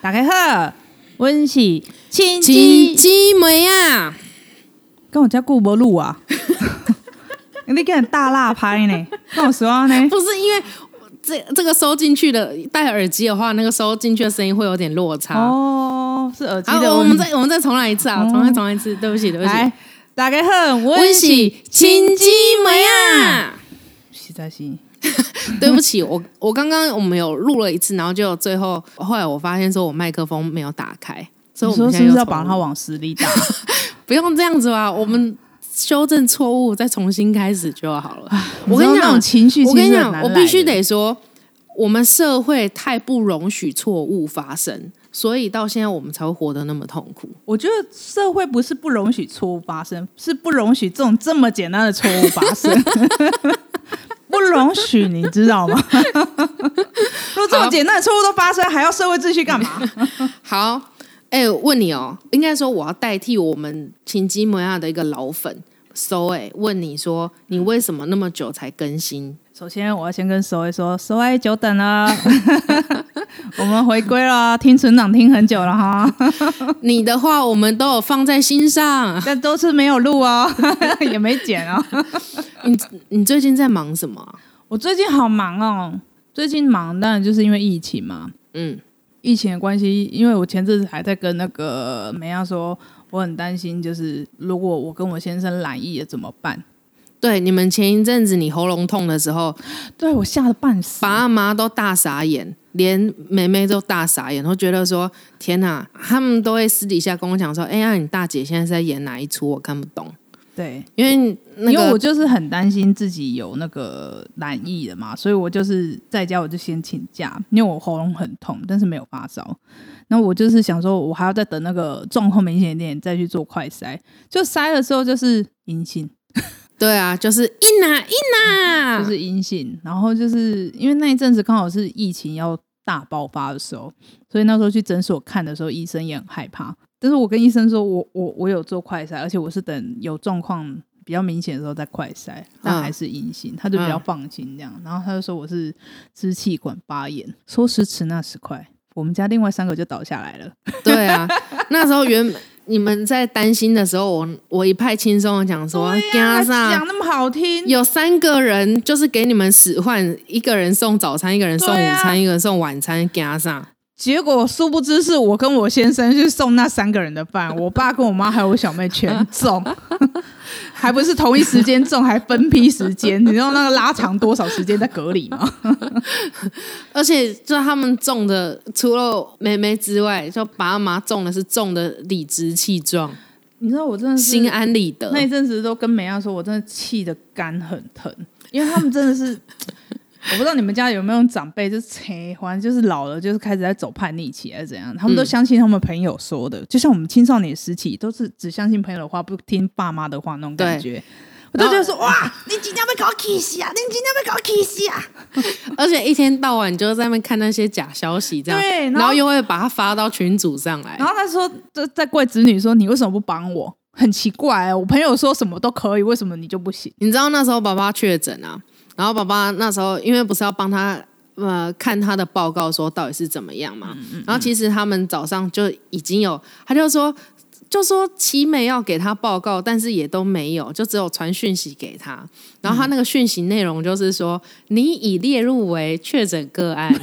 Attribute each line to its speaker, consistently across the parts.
Speaker 1: 大家好，
Speaker 2: 阮是亲
Speaker 3: 金
Speaker 2: 戚，
Speaker 3: 鸡梅啊，
Speaker 1: 跟我家顾伯录 啊，你给人大辣拍呢，跟我说呢，
Speaker 3: 不是因为这这个收进去的戴耳机的话，那个收进去的声音会有点落差。
Speaker 1: 哦，是耳机
Speaker 3: 好，
Speaker 1: 的
Speaker 3: 啊我我
Speaker 1: 问
Speaker 3: 们
Speaker 1: 题。
Speaker 3: 再我们再重来一次啊，重来重来一次，对不起对不起。
Speaker 1: 哦来，大家好，我
Speaker 3: 温喜亲鸡梅啊，
Speaker 1: 实在是，
Speaker 3: 对不起，我我刚刚我们有录了一次，然后就最后后来我发现说我麦克风没有打开，所以
Speaker 1: 你
Speaker 3: 我们
Speaker 1: 说
Speaker 3: 现
Speaker 1: 是不是要
Speaker 3: 在又重
Speaker 1: 把
Speaker 3: 录
Speaker 1: 它往死里打？
Speaker 3: 不用这样子吧，我们修正错误，再重新开始就好了。 我跟
Speaker 1: 知道
Speaker 3: 你
Speaker 1: 那
Speaker 3: 讲
Speaker 1: 种，情绪
Speaker 3: 我
Speaker 1: 其
Speaker 3: 跟
Speaker 1: 实
Speaker 3: 你
Speaker 1: 很
Speaker 3: 讲，
Speaker 1: 难
Speaker 3: 我
Speaker 1: 来
Speaker 3: 必须
Speaker 1: 的
Speaker 3: 得说，我们社会太不容许错误发生，所以到现在我们才会活得那么痛苦。
Speaker 1: 我觉得社会不是不容许错误发生，是不容许这种这么简单的错误发 生，不容许，你知道 吗？如果这么简单的错误都发生，还要社会秩序干嘛？
Speaker 3: 好，哎、我问你哦，应该说我要代替我们秦基摩亚的一个老粉。so 哎、问你说你为什么那么久才更 新？
Speaker 1: 首先，我要先跟守卫说，守卫久等了， 我们回归了，听存档听很久了哈，
Speaker 3: 你的话我们都有放在心上。
Speaker 1: 但都是没有录哦， 也没剪哦。
Speaker 3: 你最近在忙什么啊？
Speaker 1: 我最近好忙哦，最近忙当然就是因为疫情嘛，
Speaker 3: 嗯，
Speaker 1: 疫情的关系，因为我前阵子还在跟那个梅亚说，我很担心，就是如果我跟我先生染疫了怎么办？
Speaker 3: 对，你们前一阵子你喉咙痛的时候，
Speaker 1: 对我吓得半死。
Speaker 3: 爸妈都大傻眼，连妹妹都大傻眼，都觉得说天哪，他们都会私底下跟我讲说，哎、呀，你大姐现在是在演哪一出？我看不懂，
Speaker 1: 对，
Speaker 3: 因为那
Speaker 1: 因为我
Speaker 3: 个
Speaker 1: 就是很担心自己有那个染疫了嘛，所以我就是在家我就先请假，因为我喉咙很痛，但是没有发烧。那我就是想说，我还要再等那个状况明显一点再去做快筛，就筛的时候就是阴性。
Speaker 3: 对啊，就是一拿一拿，
Speaker 1: 就是阴性。然后就是因为那一阵子刚好是疫情要大爆发的时候，所以那时候去诊所看的时候，医生也很害怕。但是我跟医生说我我我有做快筛，而且我是等有状况比较明显的时候再快筛，但还是阴性，他就比较放心这样。然后他就说我是支气管发炎，说时迟那时快，我们家另外三个就倒下来了。
Speaker 3: 对啊。那时候原你们在担心的时候，我我一派轻松的讲说，加上
Speaker 1: 啊讲那么好听，
Speaker 3: 有三个人就是给你们使唤，一个人送早餐，一个人送午
Speaker 1: 对啊
Speaker 3: 餐，一个人送晚餐，加上
Speaker 1: 结果殊不知是我跟我先生去送那三个人的饭， 我爸跟我妈还有我小妹全 中，还不是同一时间中，还分批时间，你知道那个拉长多少时间在隔离吗？
Speaker 3: 而且就他们种的，除了梅梅之外，就爸妈种的是种的理直气壮、
Speaker 1: 你知道我真的
Speaker 3: 心
Speaker 1: 是
Speaker 3: 安理得
Speaker 1: 那。一阵子都跟美亚说，我真的气得肝很疼，因为他们真的是。 我不知道你们家有没有长辈，就是切欢，就是老了，就是开始在走叛逆期，还是怎样？他们都
Speaker 3: 嗯
Speaker 1: 相信他们朋友说的，就像我们青少年时期，都是只相信朋友的话，不听爸妈的话那种感
Speaker 3: 对
Speaker 1: 觉。我就觉得说，哇，啊
Speaker 3: 而且一天到晚就在那边看那些假消息，这样，
Speaker 1: 对然后
Speaker 3: 然后又会把它发到群组上来
Speaker 1: 然。后他说，就在怪子女说你为什么不帮我？很奇怪、哦我朋友说什么都可以，为什么你就不行？
Speaker 3: 你知道那时候爸爸确诊啊，然后爸爸那时候因为不是要帮他呃看他的报告说到底是怎么样嘛，然后其实他们早上就已经有，他就说就说奇美要给他报告，但是也都没有，就只有传讯息给他，然后他那个讯息内容就是说、你已列入为确诊个案，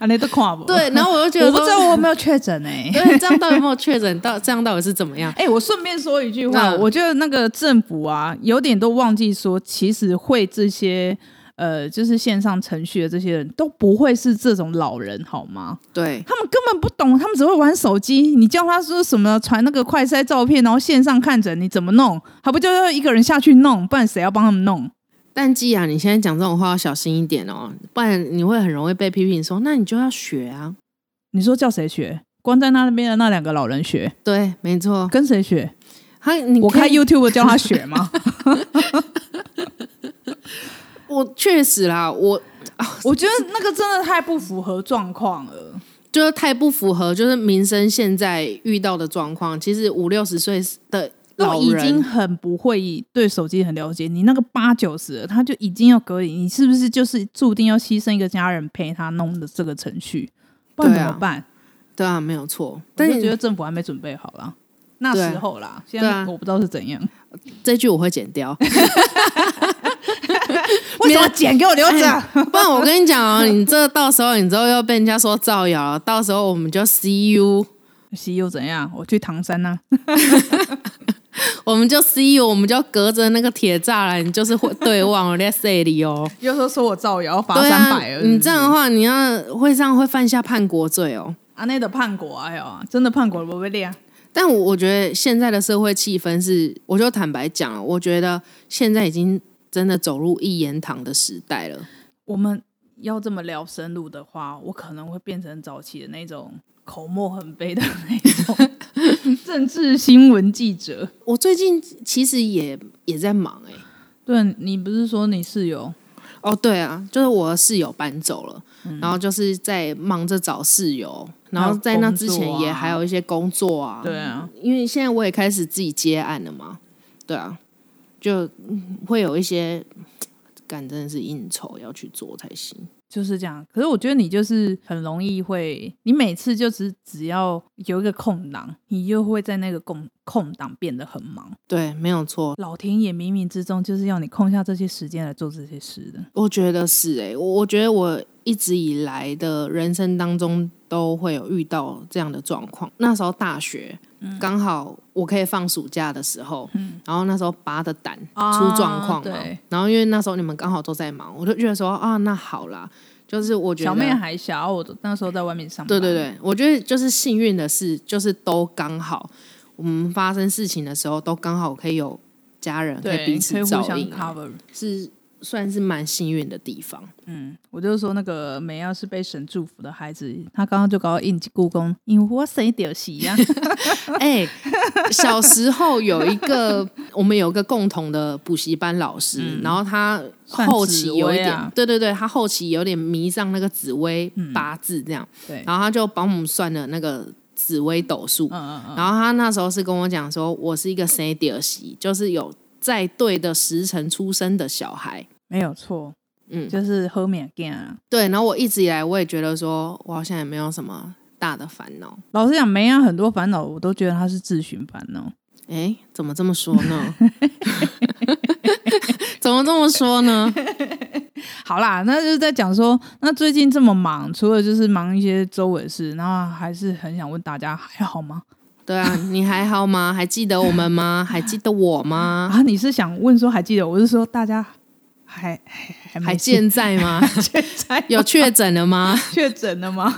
Speaker 1: 啊，那都跨不
Speaker 3: 对，然后我就觉得
Speaker 1: 我不知道
Speaker 3: 说
Speaker 1: 我有没有确诊 哎、欸。
Speaker 3: 对这样到底有没有确诊，到这样到底是怎么样？
Speaker 1: 哎、我顺便说一句话，
Speaker 3: 嗯
Speaker 1: 我觉得那个政府啊，有点都忘记说，其实会这些呃，就是线上程序的这些人都不会是这种老人，好吗？
Speaker 3: 对，
Speaker 1: 他们根本不懂，他们只会玩手机。你叫他说什么传那个快筛照片，然后线上看诊，你怎么弄？还不就要一个人下去弄，不然谁要帮他们弄？
Speaker 3: 但既然你现在讲这种话，要小心一点哦，不然你会很容易被批评说，那你就要学啊。
Speaker 1: 你说叫谁学？关在那边的那两个老人学，
Speaker 3: 对，没错。
Speaker 1: 跟谁学？
Speaker 3: 他你
Speaker 1: 我
Speaker 3: 可
Speaker 1: 看
Speaker 3: 以
Speaker 1: YouTube 教他学 吗？
Speaker 3: 我确实啦，我
Speaker 1: 我觉得那个真的太不符合状况了。
Speaker 3: 就是太不符合，就是民生现在遇到的状况。其实五六十岁的
Speaker 1: 那
Speaker 3: 老
Speaker 1: 我已经
Speaker 3: 人，
Speaker 1: 很不会对手机很了解，你那个八九十了，他就已经要隔离，你是不是就是注定要牺牲一个家人陪他弄的这个程序？不然
Speaker 3: 对
Speaker 1: 怎
Speaker 3: 啊
Speaker 1: 么办？
Speaker 3: 对啊，没有错。
Speaker 1: 我
Speaker 3: 但
Speaker 1: 就觉
Speaker 3: 是
Speaker 1: 得政府还没准备好啦。那
Speaker 3: 对啊
Speaker 1: 时候啦，现
Speaker 3: 对
Speaker 1: 在
Speaker 3: 啊
Speaker 1: 我不知道是怎样。
Speaker 3: 这句我会剪 掉，
Speaker 1: 为什么剪给我留 着？
Speaker 3: 哎不然我跟你讲哦，你这到时候你之后又被人家说造谣了，到时候我们就 see you，
Speaker 1: 西又怎样？我去唐山啊呐、
Speaker 3: 我们就 see you，我们就隔着那个铁栅栏，你就是会对望了，在这里哦。
Speaker 1: 又说说我造谣罚
Speaker 3: 对
Speaker 1: 三
Speaker 3: 啊
Speaker 1: 百，，
Speaker 3: 你这样的话，你要会这样会犯下叛国罪哦。
Speaker 1: 阿内的啊叛国，哎呦，真的叛国了，我被啊练。
Speaker 3: 但我我觉得现在的社会气氛是，我就坦白讲了，我觉得现在已经真的走入一言堂的时代了。
Speaker 1: 我们要这么聊深入的话，我可能会变成早期的那种口沫横飞的那种 政治新闻记者。
Speaker 3: 我最近其实也也在忙哎、
Speaker 1: 对你不是说你室友？
Speaker 3: 哦对啊，就是我的室友搬走了，然后就是在忙着找室友，然后在那之前也还有一些工作啊，
Speaker 1: 对啊，
Speaker 3: 因为现在我也开始自己接案了嘛，对啊，就嗯会有一些，感真的是应酬要去做才行。
Speaker 1: 就是这样。可是我觉得你就是很容易会，你每次就只只要有一个空档，你就会在那个空空档变得很忙。
Speaker 3: 对，没有错，
Speaker 1: 老天爷冥冥之中就是要你空下这些时间来做这些事的。
Speaker 3: 我觉得是哎、我我觉得我一直以来的人生当中都会有遇到这样的状况。那时候大学
Speaker 1: 嗯
Speaker 3: 刚、好我可以放暑假的时候，然后那时候拔的胆
Speaker 1: 啊
Speaker 3: 出状况嘛
Speaker 1: 嗯对，
Speaker 3: 然后因为那时候你们刚好都在忙，我就觉得说啊，那好啦，就是我觉得
Speaker 1: 小妹还小，我那时候在外面上班。
Speaker 3: 对对对，我觉得就是幸运的是，就是都刚好我们发生事情的时候，都刚好可以有家人可以
Speaker 1: 对，
Speaker 3: 彼
Speaker 1: 可以
Speaker 3: 此
Speaker 1: 互
Speaker 3: 照
Speaker 1: 相
Speaker 3: 应啊，
Speaker 1: cover。
Speaker 3: 是算是蛮幸运的地方。
Speaker 1: 嗯，我就说那个美要是被神祝福的孩子，他刚刚就搞到应故宫，因我谁丢戏呀？
Speaker 3: 哎、小时候有一个， 我们有一个共同的补习班老师，然后他后期有
Speaker 1: 嗯算紫薇
Speaker 3: 一点，
Speaker 1: 啊
Speaker 3: 对对对，他后期有点迷上那个紫薇八字这样，
Speaker 1: 嗯对，
Speaker 3: 然后他就帮我们算了那个紫薇斗数，
Speaker 1: 嗯嗯
Speaker 3: 然后他那时候是跟我讲说，我是一个 s a d i 就是有在对的时辰出生的小孩，
Speaker 1: 没有错，
Speaker 3: 嗯，
Speaker 1: 就是喝免干啊。
Speaker 3: 对，然后我一直以来我也觉得说，我好像也没有什么大的烦恼，
Speaker 1: 老实讲，梅亚很多烦恼，我都觉得她是自寻烦恼。
Speaker 3: 哎，怎么这么说呢？ 怎么这么说呢？
Speaker 1: 好啦，那就是在讲说，那最近这么忙，除了就是忙一些周围的事，然后还是很想问大家还好吗？
Speaker 3: 对啊，你还好吗？还记得我们吗？还记得我吗？
Speaker 1: 啊，你是想问说还记得？我是说大家还还还没
Speaker 3: 还健在吗？
Speaker 1: 现在
Speaker 3: 有确诊了吗？
Speaker 1: 确诊了吗？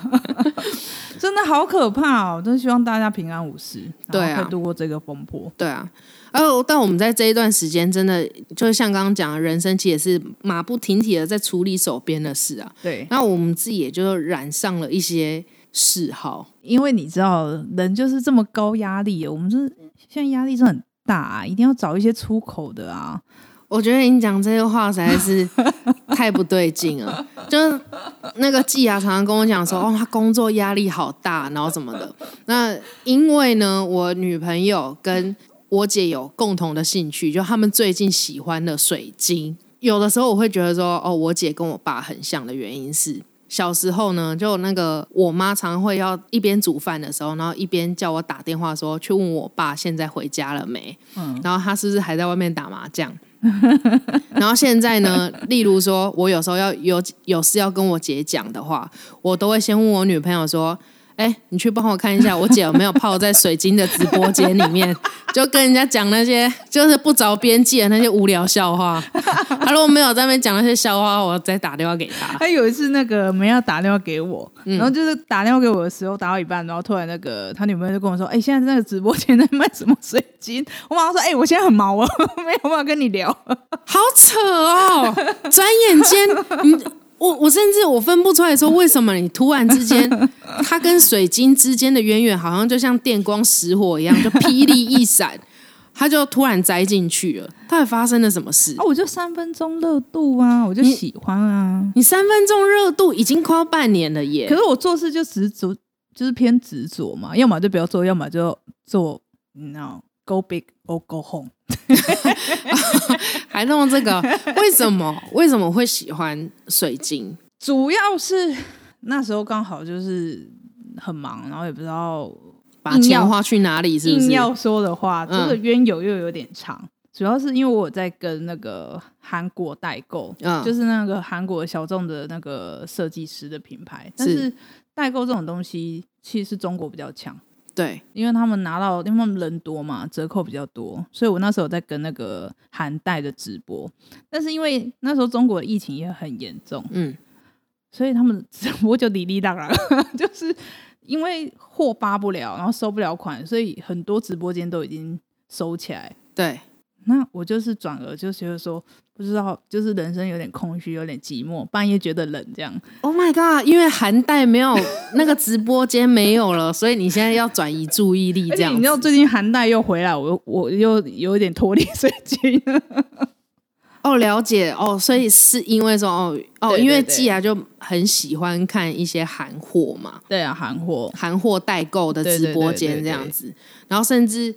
Speaker 1: 真的好可怕哦！真希望大家平安无事，
Speaker 3: 对啊
Speaker 1: 然后会度过这个风波。
Speaker 3: 对啊，哦，但我们在这一段时间，真的就像刚刚讲的，人生其实也是马不停蹄的在处理手边的事啊。
Speaker 1: 对，
Speaker 3: 那我们自己也就染上了一些嗜好，
Speaker 1: 因为你知道，人就是这么高压力，哦我们就是现在压力是很大、啊一定要找一些出口的啊。
Speaker 3: 我觉得你讲这些话实在是太不对劲了。就是那个季雅常常跟我讲说，哦，他工作压力好大，然后什么的。那因为呢，我女朋友跟我姐有共同的兴趣，就他们最近喜欢的水晶。有的时候我会觉得说，哦，我姐跟我爸很像的原因是。小时候呢，就那个我妈常会要一边煮饭的时候，然后一边叫我打电话说去问我爸现在回家了没，然后他是不是还在外面打麻将， 然后现在呢，例如说，我有时候要有有事要跟我姐讲的话，我都会先问我女朋友说：“哎、你去帮我看一下，我姐有没有泡在水晶的直播间里面？” 就跟人家讲那些就是不着边际的那些无聊笑话。 她如果没有在那边讲那些笑话，我再打电话给她。
Speaker 1: 还哎有一次，那个梅亚打电话给我，然后就是打电话给我的时候，打到一半，然后突然那个他女朋友就跟我说：“哎、现在那个直播间在卖什么水晶？”我马上说：“哎、我现在很忙哦， 没有办法跟你聊。”
Speaker 3: 好扯哦！转眼间，你我我甚至我分不出来说为什么你突然之间，它跟水晶之间的渊源好像就像电光石火一样，就霹雳一闪，它就突然栽进去了。到底发生了什么事
Speaker 1: 啊，？我就三分钟热度啊，我就
Speaker 3: 你
Speaker 1: 喜欢啊。
Speaker 3: 你三分钟热度已经快要半年了耶
Speaker 1: 可！是我做事就执着，就是偏执着嘛，要么就不要做，要么就做，你知道，go big or go home。
Speaker 3: 还弄这个，为什么？为什么会喜欢水晶？
Speaker 1: 主要是那时候刚好就是很忙，然后也不知道
Speaker 3: 把钱花去哪里？是不
Speaker 1: 硬
Speaker 3: 是？
Speaker 1: 要说的话，这
Speaker 3: 嗯
Speaker 1: 个冤有又有点长。主要是因为我有在跟那个韩国代购，
Speaker 3: 嗯
Speaker 1: 就是那个韩国小众的那个设计师的品牌，但
Speaker 3: 是
Speaker 1: 是代购这种东西其实是中国比较强，
Speaker 3: 对，
Speaker 1: 因为他们拿到，因为他们人多嘛，折扣比较多，所以我那时候有在跟那个韩代的直播，但是因为那时候中国的疫情也很严重，
Speaker 3: 嗯，
Speaker 1: 所以他们直播就哩哩当 然，就是因为货发不了，然后收不了款，所以很多直播间都已经收起来。
Speaker 3: 对，
Speaker 1: 那我就是转而就觉得说，不知道，就是人生有点空虚，有点寂寞，半夜觉得冷，这样
Speaker 3: Oh my god！因为韩代没有 那个直播间没有了，所以你现在要转移注意
Speaker 1: 而
Speaker 3: 力这
Speaker 1: 且
Speaker 3: 样
Speaker 1: 你知道
Speaker 3: 子。
Speaker 1: 最近韩代又回来，我又我又有一点脱离水晶了。
Speaker 3: 哦，了解哦，所以是因为说哦哦，
Speaker 1: 对对
Speaker 3: 因为
Speaker 1: 对
Speaker 3: 季雅就很喜欢看一些韩货嘛，
Speaker 1: 对啊，韩货，
Speaker 3: 韩货代购的
Speaker 1: 对对
Speaker 3: 直
Speaker 1: 对
Speaker 3: 播
Speaker 1: 对
Speaker 3: 间
Speaker 1: 对
Speaker 3: 这样子，然后甚至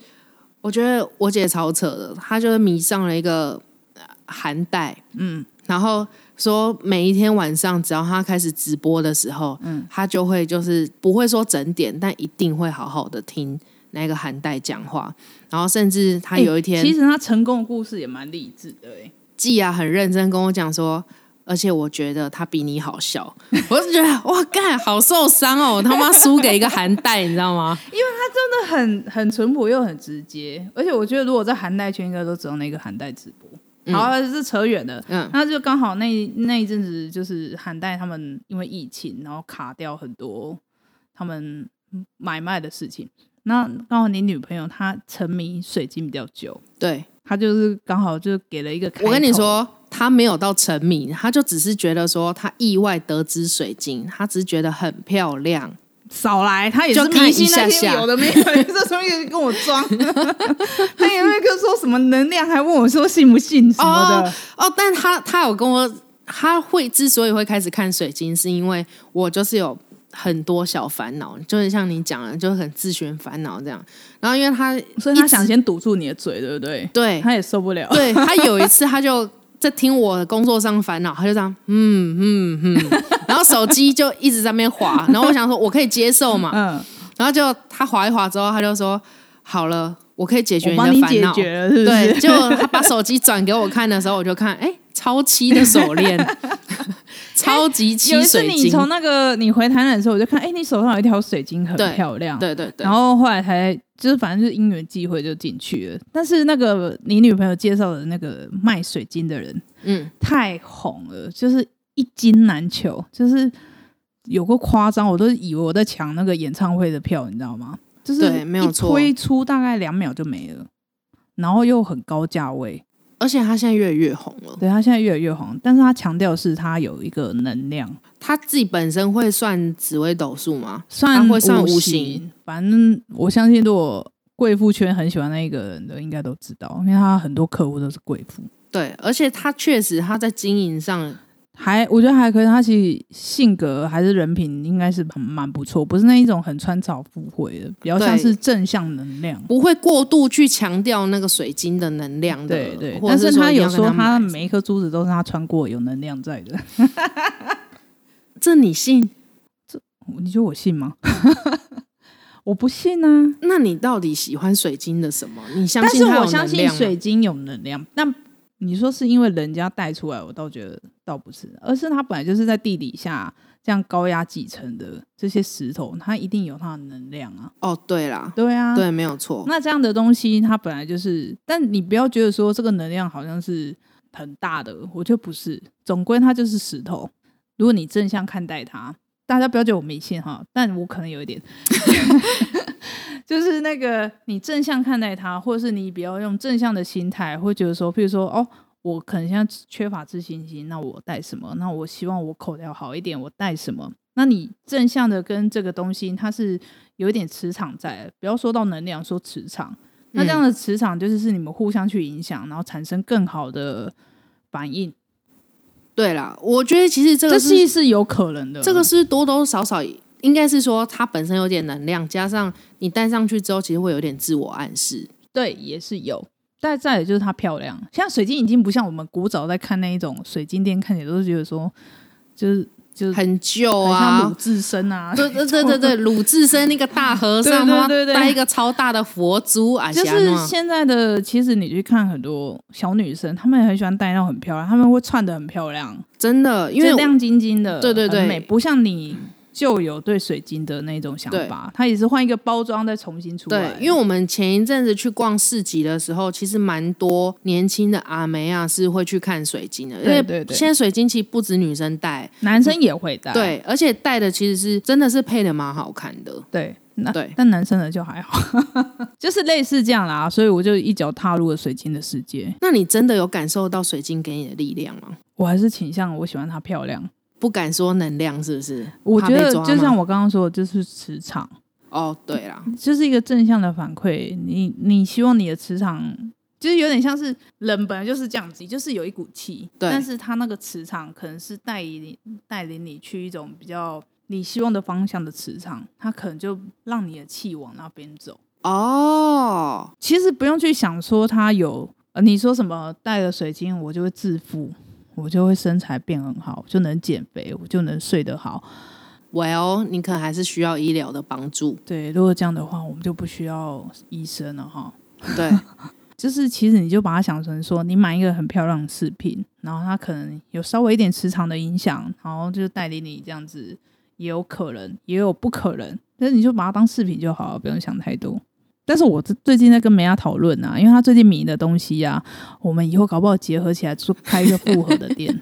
Speaker 3: 我觉得我姐超扯的，她就是迷上了一个呃韩代，
Speaker 1: 嗯，
Speaker 3: 然后说每一天晚上，只要他开始直播的时候，嗯，他就会就是不会说整点，但一定会好好的听那个韩代讲话。然后甚至他有一天，
Speaker 1: 欸其实他成功的故事也蛮励志的、欸，
Speaker 3: 季啊很认真跟我讲说。而且我觉得他比你好笑， 我就觉得哇，干好受伤哦！我他妈输给一个韩代，你知道吗？
Speaker 1: 真的很很淳朴又很直接，而且我觉得如果在韩代圈应该都只有那个韩代直播。好、啊，这是扯远了。
Speaker 3: 嗯
Speaker 1: 那就刚好那那一阵子，就是韩代他们因为疫情，然后卡掉很多他们买卖的事情。那刚好你女朋友她沉迷水晶比较久，
Speaker 3: 对，
Speaker 1: 她就是刚好就给了一个开头。
Speaker 3: 我跟你说，他没有到沉迷，他就只是觉得说他意外得知水晶，他只是觉得很漂亮，
Speaker 1: 少来，他也是
Speaker 3: 就看
Speaker 1: 迷信
Speaker 3: 一
Speaker 1: 那
Speaker 3: 下
Speaker 1: 些
Speaker 3: 下
Speaker 1: 有的没有，这时候又跟我装， 他也会跟说什么能量，还问我说信不信什么的。
Speaker 3: 哦，但他他有跟我，他会之所以会开始看水晶，是因为我就是有很多小烦恼，就是像你讲的，就是很自寻烦恼这样。然后因为他，
Speaker 1: 所以他想先堵住你的嘴，对不对？
Speaker 3: 对
Speaker 1: 他也受不了。
Speaker 3: 对他有一次他就。在听我的工作上烦恼，他就这样，嗯嗯嗯， 然后手机就一直在那边滑，然后我想说我可以接受嘛，
Speaker 1: 嗯，
Speaker 3: 然后就他滑一滑之后，他就说好了，我可以解决
Speaker 1: 我
Speaker 3: 你
Speaker 1: 帮
Speaker 3: 的
Speaker 1: 你
Speaker 3: 烦
Speaker 1: 解
Speaker 3: 恼，
Speaker 1: 决了，是不
Speaker 3: 对，
Speaker 1: 是？
Speaker 3: 结果他把手机转给我看的时候，我就看，哎、超七 的手链，超级
Speaker 1: 哎有
Speaker 3: 七
Speaker 1: 一次
Speaker 3: 水
Speaker 1: 你
Speaker 3: 晶，
Speaker 1: 从那个你回台南的时候，我就看，哎、你手上有一条水晶，很
Speaker 3: 对
Speaker 1: 漂亮。
Speaker 3: 对对对
Speaker 1: 然，后后来才就是反正就是因缘际会就进去了。但是那个你女朋友介绍的那个卖水晶的人
Speaker 3: 嗯，
Speaker 1: 太红了，就是一斤难求，就是有过夸张，我都以为我在抢那个演唱会的票，你知道吗？就是
Speaker 3: 对没有
Speaker 1: 一
Speaker 3: 错
Speaker 1: 推出大概两秒就没了，然后又很高价位。
Speaker 3: 而且他现在越来越红了，
Speaker 1: 对他现在越来越红，但是他强调是他有一个能量，
Speaker 3: 他自己本身会算紫微斗数吗？
Speaker 1: 算
Speaker 3: 他会算
Speaker 1: 五
Speaker 3: 五行
Speaker 1: 行，反正我相信，如果贵妇圈很喜欢那一个人的，应该都知道，因为他很多客户都是贵妇。
Speaker 3: 对，而且他确实他在经营上，
Speaker 1: 还我觉得还可以，他其实性格还是人品应该是蛮蛮不错，不是那一种很穿草附会的，比较像
Speaker 3: 对
Speaker 1: 是正向能量。
Speaker 3: 不会过度去强调那个水晶的能量的，
Speaker 1: 对对，
Speaker 3: 或
Speaker 1: 但
Speaker 3: 者
Speaker 1: 是
Speaker 3: 说
Speaker 1: 他
Speaker 3: 一定
Speaker 1: 有
Speaker 3: 要跟
Speaker 1: 说
Speaker 3: 他
Speaker 1: 他
Speaker 3: 买
Speaker 1: 每一颗珠子都是他穿过，有能量在的。
Speaker 3: 这你信？
Speaker 1: 你觉得我信吗？ 我不信啊。
Speaker 3: 那你到底喜欢水晶的什么？你相
Speaker 1: 但
Speaker 3: 信
Speaker 1: 是
Speaker 3: 它有
Speaker 1: 我
Speaker 3: 能
Speaker 1: 相信
Speaker 3: 量吗啊
Speaker 1: 水晶有能量，但你说是因为人家带出来，我倒觉得倒不是，而是它本来就是在地底下这样高压继承的这些石头，它一定有它的能量啊。
Speaker 3: 哦，对啦，
Speaker 1: 对啊，。
Speaker 3: 对，没有错，
Speaker 1: 那这样的东西，它本来就是，但你不要觉得说这个能量好像是很大的，我觉得不是，总归它就是石头。如果你正向看待它，大家不要觉得我迷信哈，但我可能有一点， 就是那个你正向看待它，或者是你比较用正向的心态，会觉得说，譬如说哦。我可能现在缺乏自信心，那我带什么？那我希望我口条好一点，我带什么？那你正向的跟这个东西，它是有一点磁场在，不要说到能量，说磁场。那这样的磁场就是是你们互相去影响，然后产生更好的反应，
Speaker 3: 对啦，我觉得其实这
Speaker 1: 这
Speaker 3: 个
Speaker 1: 是是有可能的。
Speaker 3: 这个是多多少少应该是说它本身有点能量，加上你戴上去之后，其实会有点自我暗示。
Speaker 1: 对也是有，但再也就是它漂亮。现在水晶已经不像我们古早在看那一种水晶店，看起来都是觉得说就是就是
Speaker 3: 嗯很旧
Speaker 1: 很像鲁
Speaker 3: 啊。
Speaker 1: 智深啊，
Speaker 3: 对对对对对，鲁智深那个大和尚，
Speaker 1: 对对
Speaker 3: 他妈
Speaker 1: 对对
Speaker 3: 带一个超大的佛珠啊，
Speaker 1: 就
Speaker 3: 这样
Speaker 1: 是
Speaker 3: 啊
Speaker 1: 现在的，其实你去看很多小女生，她们也很喜欢戴那种很漂亮，她们会穿的很漂亮，
Speaker 3: 真的，因为
Speaker 1: 就亮晶晶的，
Speaker 3: 对对对
Speaker 1: 很美，不像你旧有对水晶的那种想法，它也是换一个包装再重新出
Speaker 3: 对
Speaker 1: 来，，
Speaker 3: 因为我们前一阵子去逛市集的时候，其实蛮多年轻的阿梅啊是会去看水晶的，因
Speaker 1: 对
Speaker 3: 为
Speaker 1: 对对
Speaker 3: 现在水晶其实不止女生戴，
Speaker 1: 男生也会戴，
Speaker 3: 对，而且戴的其实是真的是配的蛮好看的。
Speaker 1: 对。那
Speaker 3: 对
Speaker 1: 但男生的就还好， 就是类似这样啦，所以我就一脚踏入了水晶的世界。
Speaker 3: 那你真的有感受到水晶给你的力量吗？
Speaker 1: 我还是倾向我喜欢它漂亮。
Speaker 3: 不敢说能量是不是？
Speaker 1: 我
Speaker 3: 怕
Speaker 1: 觉
Speaker 3: 被
Speaker 1: 得
Speaker 3: 抓吗
Speaker 1: 就像我刚刚说的，就是磁场，
Speaker 3: 哦，对啦，
Speaker 1: 就是一个正向的反馈。你你希望你的磁场，就是有点像是人本来就是这样子，就是有一股气，
Speaker 3: 对
Speaker 1: 但是它那个磁场可能是带领你带领你去一种比较你希望的方向的磁场，它可能就让你的气往那边走。
Speaker 3: 哦，
Speaker 1: 其实不用去想说它有，呃、你说什么带了水晶我就会致富，我就会身材变很好，我就能减肥，我就能睡得好。
Speaker 3: well，你可能还是需要医疗的帮助。
Speaker 1: 对，如果这样的话，我们就不需要医生了哈。
Speaker 3: 对，
Speaker 1: 就是其实你就把它想成说，你买一个很漂亮的饰品，然后它可能有稍微一点磁场的影响，然后就带领你这样子，也有可能，也有不可能，但是你就把它当饰品就好了，不用想太多。但是我最最近在跟梅亚讨论啊，因为她最近迷的东西呀、啊，我们以后搞不好结合起来做开一个复合的 店。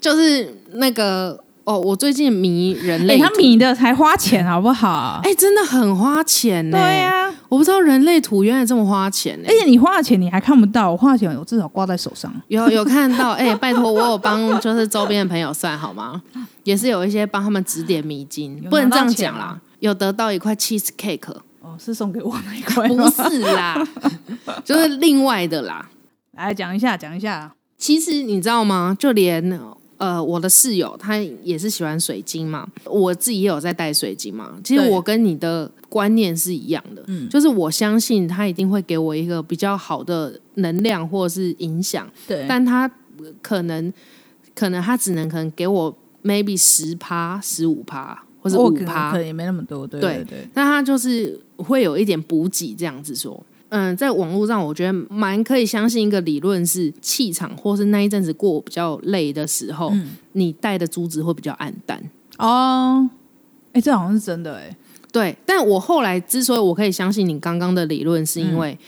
Speaker 3: 就是那个哦，我最近迷人
Speaker 1: 哎、
Speaker 3: 类，
Speaker 1: 她迷的才花钱好不好？
Speaker 3: 哎、真的很花钱呢、
Speaker 1: 对啊呀、
Speaker 3: 我不知道人类图原来这么花钱欸呢、
Speaker 1: 而且你花的钱你还看不到，我花的钱我至少挂在手上。
Speaker 3: 有有看到，哎、拜托，我有帮就是周边的朋友算好吗？也是有一些帮他们指点迷津，
Speaker 1: 有
Speaker 3: 不能
Speaker 1: 拿
Speaker 3: 这
Speaker 1: 到
Speaker 3: 样
Speaker 1: 钱啊
Speaker 3: 讲啦
Speaker 1: 吗。
Speaker 3: 有得到一块 cheese cake，
Speaker 1: 哦，是送给我那一块吗
Speaker 3: 不是啦，就是另外的啦。
Speaker 1: 来讲一下，讲一下。
Speaker 3: 其实你知道吗？就连呃我的室友他也是喜欢水晶嘛，我自己也有在戴水晶嘛。其实
Speaker 1: 对
Speaker 3: 我跟你的观念是一样的，
Speaker 1: 嗯
Speaker 3: 就是我相信他一定会给我一个比较好的能量或者是影响，
Speaker 1: 对
Speaker 3: 但他呃可能可能他只能可能给我 maybe 十趴、十五趴或者
Speaker 1: 我
Speaker 3: 五
Speaker 1: 哦可能
Speaker 3: 趴
Speaker 1: 可，能也没那么多，对
Speaker 3: 对
Speaker 1: 对对，
Speaker 3: 那他就是会有一点补给这样子说。嗯，在网络上，我觉得蛮可以相信一个理论是气场，或是那一阵子过比较累的时候，
Speaker 1: 嗯
Speaker 3: 你戴的珠子会比较暗淡。
Speaker 1: 哦，哎，这好像是真的哎，
Speaker 3: 对，但我后来之所以我可以相信你刚刚的理论，是
Speaker 1: 嗯
Speaker 3: 因为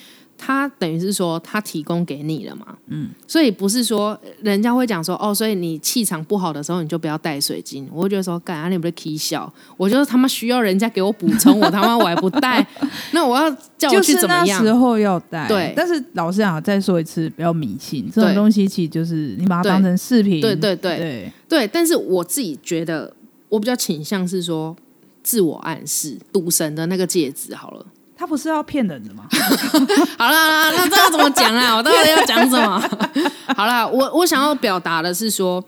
Speaker 3: 他等于是说他提供给你了嘛，嗯，所以不是说人家会讲说哦，所以你气场不好的时候你就不要戴水晶，我会觉得说干啊你不是 k 笑，我就是他妈需要人家给我补充，我他妈我还不 戴，那我要叫我
Speaker 1: 就
Speaker 3: 去
Speaker 1: 是啊
Speaker 3: 怎
Speaker 1: 那
Speaker 3: 么样
Speaker 1: 时？候要带，
Speaker 3: 对
Speaker 1: 但是老实讲，再说一次，不要迷信这种
Speaker 3: 对
Speaker 1: 东西，其实就是你把它
Speaker 3: 对
Speaker 1: 当成饰品，
Speaker 3: 对对对
Speaker 1: 对，
Speaker 3: 对，但是我自己觉得我比较倾向是说自我暗示，赌神的那个戒指好了。
Speaker 1: 它不是要骗人 的吗？
Speaker 3: 好啦，那这要怎么讲 啦？我到底要讲什么？好啦，我我想要表达的是说，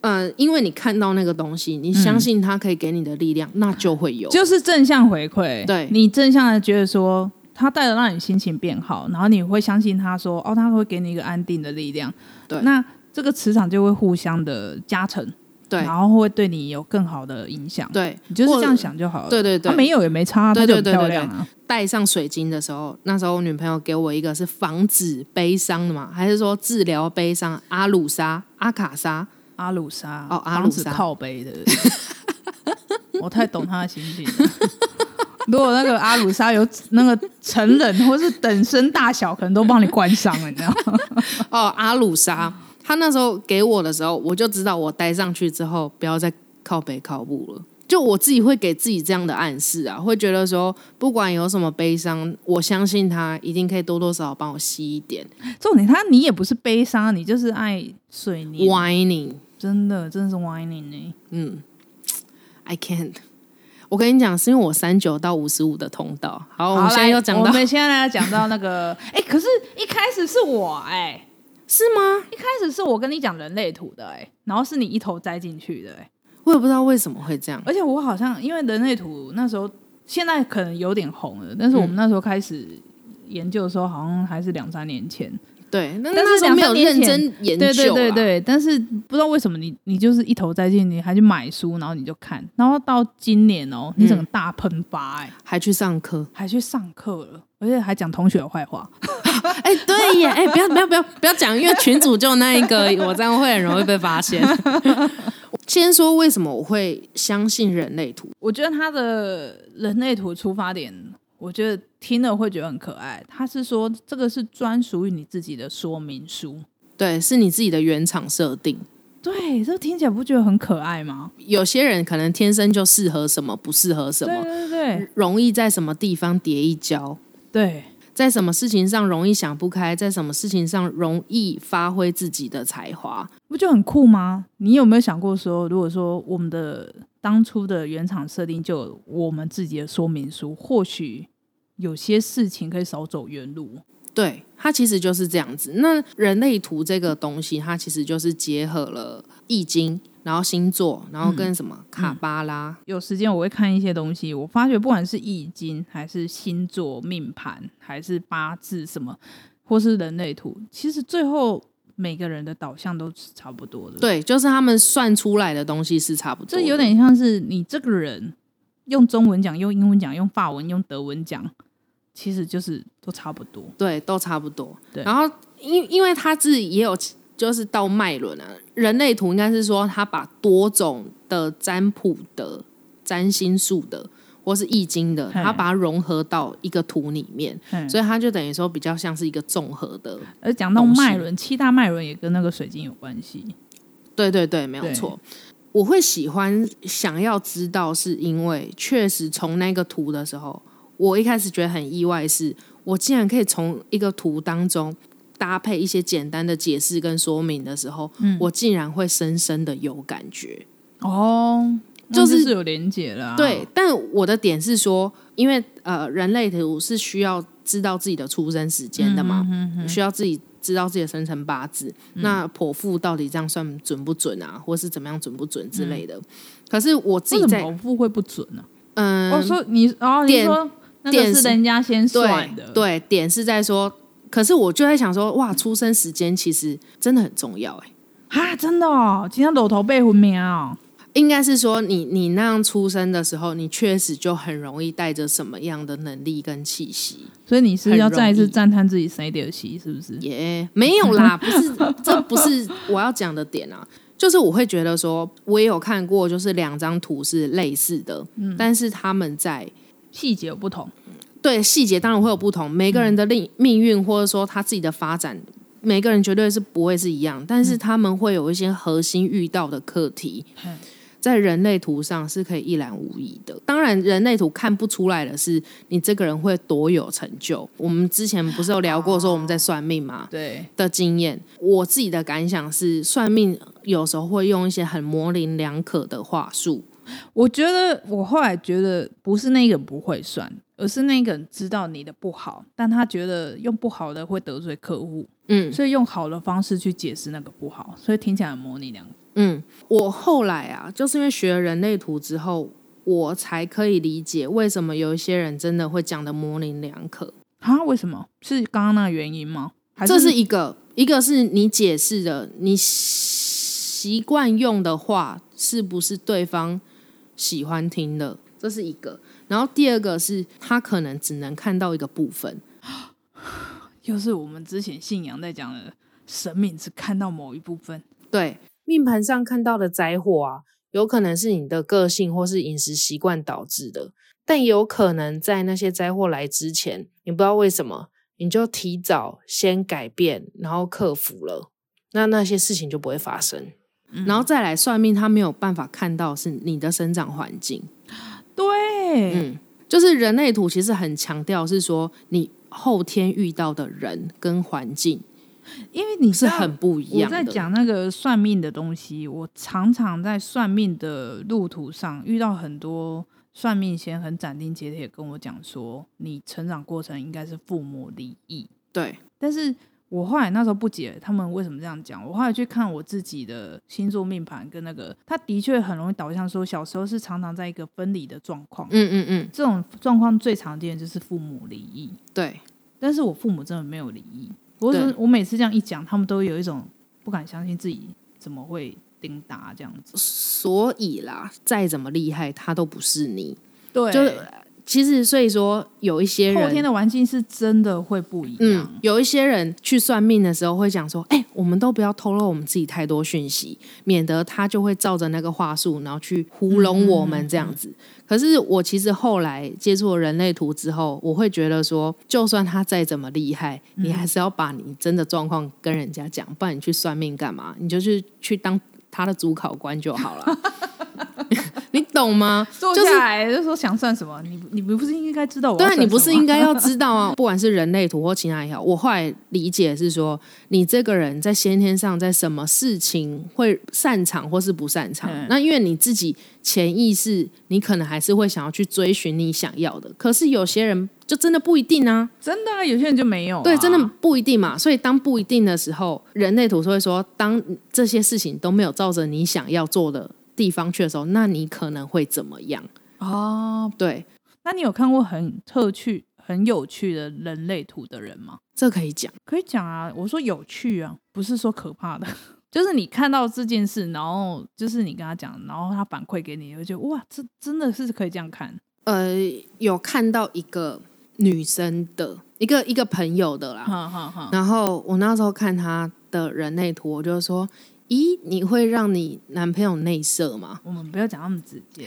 Speaker 3: 嗯、因为你看到那个东西，你相信它可以给你的力量，那就会有。
Speaker 1: 就是正向回馈，
Speaker 3: 对
Speaker 1: 你正向的觉得说。它带着让你心情变好，然后你会相信他说，哦，他会给你一个安定的力量。
Speaker 3: 对
Speaker 1: 那这个磁场就会互相的加成，
Speaker 3: 对
Speaker 1: 然后会对你有更好的影响。
Speaker 3: 对，
Speaker 1: 你就是
Speaker 3: 或
Speaker 1: 这样。想就好了。
Speaker 3: 对对
Speaker 1: 他
Speaker 3: 对，
Speaker 1: 没有也没差，
Speaker 3: 对
Speaker 1: 他就很
Speaker 3: 对对
Speaker 1: 漂
Speaker 3: 对
Speaker 1: 亮啊。
Speaker 3: 戴上水晶的时候，那时候我女朋友给我一个是防止悲伤的嘛，还是说治疗悲伤？阿鲁莎、阿卡莎，
Speaker 1: 阿鲁莎
Speaker 3: 哦阿
Speaker 1: 房
Speaker 3: 鲁
Speaker 1: 子
Speaker 3: 莎
Speaker 1: 靠背的， 我太懂他的心情了。如果那个阿鲁莎有那个成人或是等身大小，可能都帮你关上了，你知 道吗？
Speaker 3: 哦，阿鲁莎，她那时候给我的时候，我就知道我戴上去之后不要再靠北靠步了。就我自己会给自己这样的暗示啊，会觉得说，不管有什么悲伤，我相信他一定可以多多少少帮我吸一点
Speaker 1: 重点他你也不是悲伤，你就是爱水泥，
Speaker 3: whining。
Speaker 1: 真的真的是 whining 欸呢、
Speaker 3: 嗯，I can't。我跟你讲，是因为我三九到五十五的通道。好，哦我
Speaker 1: 好，
Speaker 3: 们现在
Speaker 1: 来
Speaker 3: 又讲
Speaker 1: 我
Speaker 3: 到
Speaker 1: 们现在来讲到那个，哎、可是一开始是我哎、
Speaker 3: 是吗？
Speaker 1: 一开始是我跟你讲人类图的哎、然后是你一头栽进去的哎、
Speaker 3: 我也不知道为什么会这样。
Speaker 1: 而且我好像因为人类图那时候现在可能有点红了，但是我们那时候开始研究的时候，好像还是两三年前。
Speaker 3: 对，那
Speaker 1: 但是
Speaker 3: 那时候没有
Speaker 1: 两三年
Speaker 3: 认
Speaker 1: 前
Speaker 3: 真研究
Speaker 1: 对对
Speaker 3: 啦，
Speaker 1: 对对，但是不知道为什么你你就是一头栽进，你还去买书，然后你就看，然后到今年哦，你整个大喷发、哎、
Speaker 3: 还去上课。
Speaker 1: 还去上课了，而且还讲同学的坏话。
Speaker 3: 哎、对耶，哎、不要不要不要不要讲，因为群主就那一个，我这样会很容易被发现。 先说为什么我会相信人类图，
Speaker 1: 我觉得他的人类图出发点，我觉得听了会觉得很可爱。他是说这个是专属于你自己的说明书，
Speaker 3: 对，是你自己的原厂设定。
Speaker 1: 对，这听起来不觉得很可爱吗？
Speaker 3: 有些人可能天生就适合什么，不适合什
Speaker 1: 对
Speaker 3: 么，
Speaker 1: 对对
Speaker 3: 容易在什么地方跌一跤，
Speaker 1: 对，
Speaker 3: 在什么事情上容易想不开，在什么事情上容易发挥自己的才华。
Speaker 1: 不就很酷吗？你有没有想过说，如果说我们的当初的原厂设定就有我们自己的说明书，或许有些事情可以少走冤路。
Speaker 3: 对，它其实就是这样子。那人类图这个东西，它其实就是结合了易经，然后星座，然后跟什么、卡巴拉，
Speaker 1: 有时间我会看一些东西，我发觉不管是易经，还是星座命盘，还是八字什么，或是人类图，其实最后每个人的导向都是差不多的。，
Speaker 3: 对，就是他们算出来的东西是差不多
Speaker 1: 这
Speaker 3: 的。
Speaker 1: 有点像是你这个人用中文讲、用英文讲、用法文、用德文讲，其实就是都差不多。
Speaker 3: 对，都差不多。
Speaker 1: 对
Speaker 3: 然后因因为它自己也有就是到脉轮啊，人类图应该是说它把多种的占卜的、占星术的或是易经的，
Speaker 1: 嘿
Speaker 3: 它把它融合到一个图里面，
Speaker 1: 嗯
Speaker 3: 所以它就等于说比较像是一个综合的。
Speaker 1: 而讲到
Speaker 3: 东西
Speaker 1: 脉轮，七大脉轮也跟那个水晶有关系。
Speaker 3: 对对对，没有
Speaker 1: 对
Speaker 3: 错。我会喜欢想要知道，是因为确实从那个图的时候，我一开始觉得很意外是，我竟然可以从一个图当中搭配一些简单的解释跟说明的时候，我竟然会深深的有感觉。
Speaker 1: 哦，
Speaker 3: 就
Speaker 1: 那
Speaker 3: 是
Speaker 1: 是有连结了、啊。
Speaker 3: 对，，但我的点是说，因为呃，人类图是需要知道自己的出生时间的嘛，
Speaker 1: 嗯
Speaker 3: 需要自己知道自己的生辰八字，那剖腹到底这样算准不准啊，或是怎么样准不准之类的。可是我自
Speaker 1: 嗯为
Speaker 3: 己
Speaker 1: 什么
Speaker 3: 在
Speaker 1: 头部会不准呢、
Speaker 3: 嗯，
Speaker 1: 我、说你哦，你
Speaker 3: 点
Speaker 1: 说那个
Speaker 3: 点
Speaker 1: 是
Speaker 3: 是
Speaker 1: 人家先算的
Speaker 3: 对，对，点是在说，可是我就在想说，哇，出生时间其实真的很重要哎、
Speaker 1: 啊，真的哦，今天裸头被昏迷哦，
Speaker 3: 应该是说你你那样出生的时候，你确实就很容易带着什么样的能力跟气息。
Speaker 1: 所以你是
Speaker 3: 很
Speaker 1: 要
Speaker 3: 容
Speaker 1: 再一次
Speaker 3: 易
Speaker 1: 赞叹自己生点息，是不是？
Speaker 3: 耶、没有啦， 不是，这不是我要讲的点啊。就是我会觉得说，我也有看过，就是两张图是类似的，但是他们在
Speaker 1: 细节有不同，
Speaker 3: 对细节当然会有不同，每个人的命命运或者说他自己的发展，每个人绝对是不会是一样，但是他们会有一些核心遇到的课题
Speaker 1: 嗯，
Speaker 3: 在人类图上是可以一览无遗的。当然，人类图看不出来的是你这个人会多有成就。我们之前不是有聊过说我们在算命嘛
Speaker 1: 对，
Speaker 3: 的经验，我自己的感想是，算命有时候会用一些很模棱两可的话术。
Speaker 1: 我觉得我后来觉得不是那个人不会算，而是那个人知道你的不好，但他觉得用不好的会得罪客户，
Speaker 3: 嗯，
Speaker 1: 所以用好的方式去解释那个不好，所以听起来很模棱两可。
Speaker 3: 嗯，我后来啊，就是因为学了人类图之后，我才可以理解为什么有一些人真的会讲的模棱两可。
Speaker 1: 啊？为什么？是刚刚那个原因吗？还
Speaker 3: 这是一个，一个是你解释的，你习惯用的话是不是对方喜欢听的，这是一个。然后第二个是他可能只能看到一个部分，
Speaker 1: 又是我们之前信仰在讲的，神明只看到某一部分。
Speaker 3: 对，命盘上看到的灾祸啊，有可能是你的个性或是饮食习惯导致的，但也有可能在那些灾祸来之前，你不知道为什么，你就提早先改变，然后克服了，那那些事情就不会发生。
Speaker 1: 嗯
Speaker 3: 然后再来算命，他没有办法看到是你的生长环境，
Speaker 1: 对，
Speaker 3: 嗯，就是人类图其实很强调是说你后天遇到的人跟环境
Speaker 1: 因为你知
Speaker 3: 是
Speaker 1: 道
Speaker 3: 很不一
Speaker 1: 我
Speaker 3: 样的。
Speaker 1: 在讲那个算命的东西，我常常在算命的路途上遇到很多算命先很斩钉截铁地跟我讲说，你成长过程应该是父母离异，
Speaker 3: 对，
Speaker 1: 但是我后来那时候不解他们为什么这样讲，我后来去看我自己的星座命盘跟那个，他的确很容易导向说小时候是常常在一个分离的状况，
Speaker 3: 嗯嗯嗯，
Speaker 1: 这种状况最常见的就是父母离异，
Speaker 3: 对
Speaker 1: 但是我父母真的没有离异，不过
Speaker 3: 对
Speaker 1: 我每次这样一讲，他们都有一种不敢相信自己怎么会叮达这样子。
Speaker 3: 所以啦，再怎么厉害，他都不是你。
Speaker 1: 对
Speaker 3: 就其实，所以说有一些
Speaker 1: 后
Speaker 3: 人
Speaker 1: 天的环境是真的会不一样。
Speaker 3: 嗯，有一些人去算命的时候会讲说：“哎、我们都不要透露我们自己太多讯息，免得他就会照着那个话术，然后去糊弄我们这样子。可是我其实后来接触了人类图之后，我会觉得说，就算他再怎么厉害，你还是要把你真的状况跟人家讲，不然你去算命干嘛？你就去去当他的主考官就好了。 你懂吗？
Speaker 1: 坐
Speaker 3: 就是
Speaker 1: 下来就说想算什么，你你不是应该知道我要
Speaker 3: 对啊，
Speaker 1: 算
Speaker 3: 你不是
Speaker 1: 什么
Speaker 3: 应该要知道啊？不 管是人类图或其他也好，我后来理解是说，你这个人在先天上在什么事情会擅长或是不擅长。
Speaker 1: 嗯
Speaker 3: 那因为你自己潜意识，你可能还是会想要去追寻你想要的。可是有些人就真的不一定啊，
Speaker 1: 真的、啊，有些人就没有啊、
Speaker 3: 对，真的不一定嘛。所以当不一定的时候，人类图是会说，当这些事情都没有照着你想要做的地方去的时候，那你可能会怎么样？
Speaker 1: 哦。
Speaker 3: 对，
Speaker 1: 那你有看过很特趣、很有趣的人类图的人吗？
Speaker 3: 这可以讲。
Speaker 1: 可以讲啊，我说有趣啊，不是说可怕的。 就是你看到这件事，然后就是你跟他讲，然后他反馈给你，你会觉得哇，这真的是可以这样看。
Speaker 3: 呃，有看到一个女生的一个一个朋友的啦，
Speaker 1: 哈哈哈，
Speaker 3: 然后我那时候看她的人类图，我就说：“咦，你会让你男朋友内射吗
Speaker 1: 我们不要讲那么直接，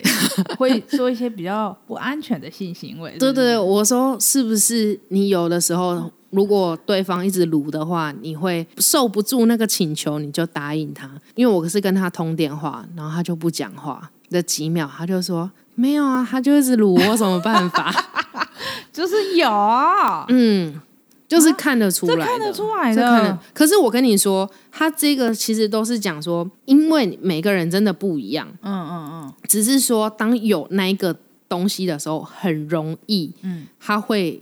Speaker 1: 会说一些比较不安全的性行为。？”
Speaker 3: 对对对，
Speaker 1: 是
Speaker 3: 我说是不是你有的时候，如果对方一直撸的话，你会受不住那个请求，你就答应他？因为我是跟他通电话，然后他就不讲话的几秒，他就说。没有啊，他就一直撸，我有什么办法？
Speaker 1: 不是，就是有啊，
Speaker 3: 嗯，就是看得出来
Speaker 1: 这
Speaker 3: 的，
Speaker 1: 看得出来
Speaker 3: 这可能
Speaker 1: 的。，
Speaker 3: 可是我跟你说，他这个其实都是讲说，因为每个人真的不一样，
Speaker 1: 嗯嗯
Speaker 3: 只是说当有那一个东西的时候，很容易，嗯，他会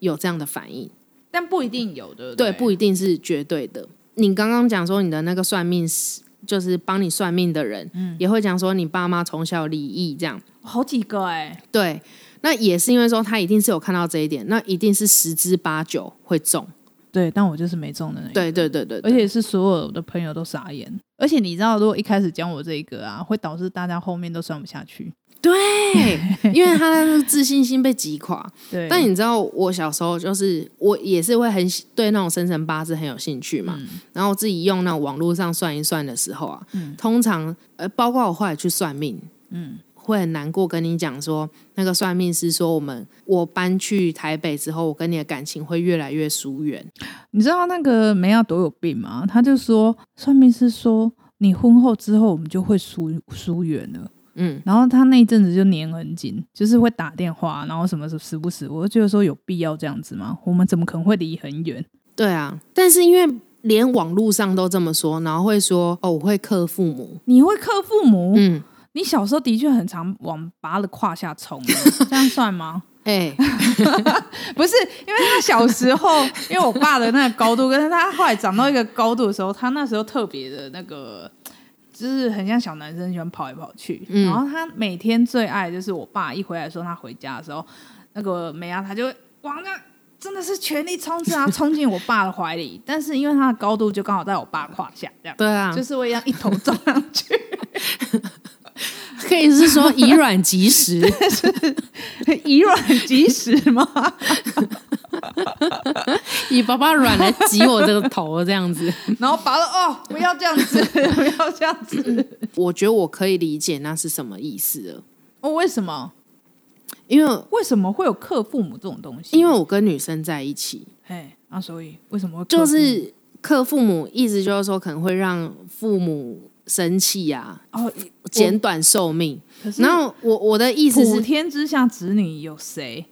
Speaker 3: 有这样的反应。
Speaker 1: 嗯，但不一定有，对不
Speaker 3: 对，
Speaker 1: 对？
Speaker 3: 不一定是绝对的。你刚刚讲说你的那个算命师，就是帮你算命的人，
Speaker 1: 嗯
Speaker 3: 也会讲说你爸妈从小离异这样，
Speaker 1: 好几个哎、
Speaker 3: 对，那也是因为说他一定是有看到这一点，那一定是十之八九会中。
Speaker 1: 对，但我就是没中的那一个。
Speaker 3: 对对对对
Speaker 1: 而
Speaker 3: 对，
Speaker 1: 且是所有的朋友都傻眼。而且你知道，如果一开始讲我这一个啊，会导致大家后面都算不下去。
Speaker 3: 对，因为他的那个自信心被击垮。
Speaker 1: 对，
Speaker 3: 但你知道，我小时候就是我也是会很喜对那种生辰八字很有兴趣嘛。
Speaker 1: 嗯
Speaker 3: 然后我自己用那种网络上算一算的时候啊，通常呃，包括我后来去算命，嗯，会很难过跟你讲说，那个算命师说我们我搬去台北之后，我跟你的感情会越来越疏远。
Speaker 1: 你知道那个梅亚多有病吗？他就说，算命师说你婚后之后我们就会疏疏远了。
Speaker 3: 嗯，
Speaker 1: 然后他那一阵子就黏很紧，就是会打电话，然后什么时候时不时，我就觉得说有必要这样子吗？我们怎么可能会离很远？
Speaker 3: 对啊，但是因为连网络上都这么说，然后会说哦，我会克父母。
Speaker 1: 你会克父母？
Speaker 3: 嗯，
Speaker 1: 你小时候的确很常往拔了胯下冲，啊这样算吗？
Speaker 3: 哎、
Speaker 1: 不是，因为他小时候，因为我爸的那个高度，跟他后来长到一个高度的时候，他那时候特别的那个，就是很像小男生喜欢跑来跑去。
Speaker 3: 嗯
Speaker 1: 然后他每天最爱就是我爸一回来说他回家的时候，那个梅啊亚他就会往那真的是全力冲刺啊，冲进我爸的怀里。 但是因为他的高度就刚好在我爸胯下，这样、
Speaker 3: 对啊，
Speaker 1: 就是会这样一头撞 上去，
Speaker 3: 可以是说以卵击石。
Speaker 1: 以卵击石嘛。
Speaker 3: 以爸爸软来挤我这个头，这样子，
Speaker 1: 然后拔了哦，不要这样子， 不要这样子。
Speaker 3: 我觉得我可以理解那是什么意思了，
Speaker 1: 哦，为什么？
Speaker 3: 因为
Speaker 1: 为什么会有克父母这种东西？
Speaker 3: 因
Speaker 1: 为
Speaker 3: 为我跟女生在一起，
Speaker 1: 哎，啊，所以为什么会克
Speaker 3: 就
Speaker 1: 父母
Speaker 3: 是克父母，意思就是说可能会让父母生气啊，
Speaker 1: 哦？
Speaker 3: 减短寿命。
Speaker 1: 可是
Speaker 3: 然后我我的意思
Speaker 1: 普
Speaker 3: 是，
Speaker 1: 天之下子女有谁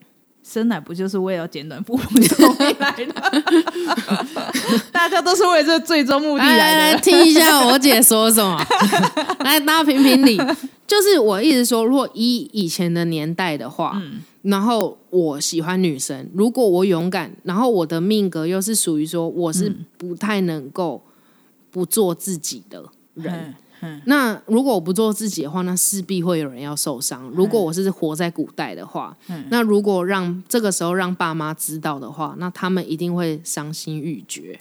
Speaker 1: 生来不就是为了简短父母寿命来的？ 大家都是为了这最终目的来的。
Speaker 3: 听一下我姐说 什么，来大家评评理。就是我一直说，如果以以前的年代的话，
Speaker 1: 嗯
Speaker 3: 然后我喜欢女生，如果我勇敢，然后我的命格
Speaker 1: 嗯
Speaker 3: 又是属于说我是不太能够不做自己的人，
Speaker 1: 嗯
Speaker 3: 那如果我不做自己的话，那势必会有人要受伤。
Speaker 1: 嗯
Speaker 3: 如果我是活在古代的话，那如果让这个时候让爸妈知道的话，那他们一定会伤心欲绝。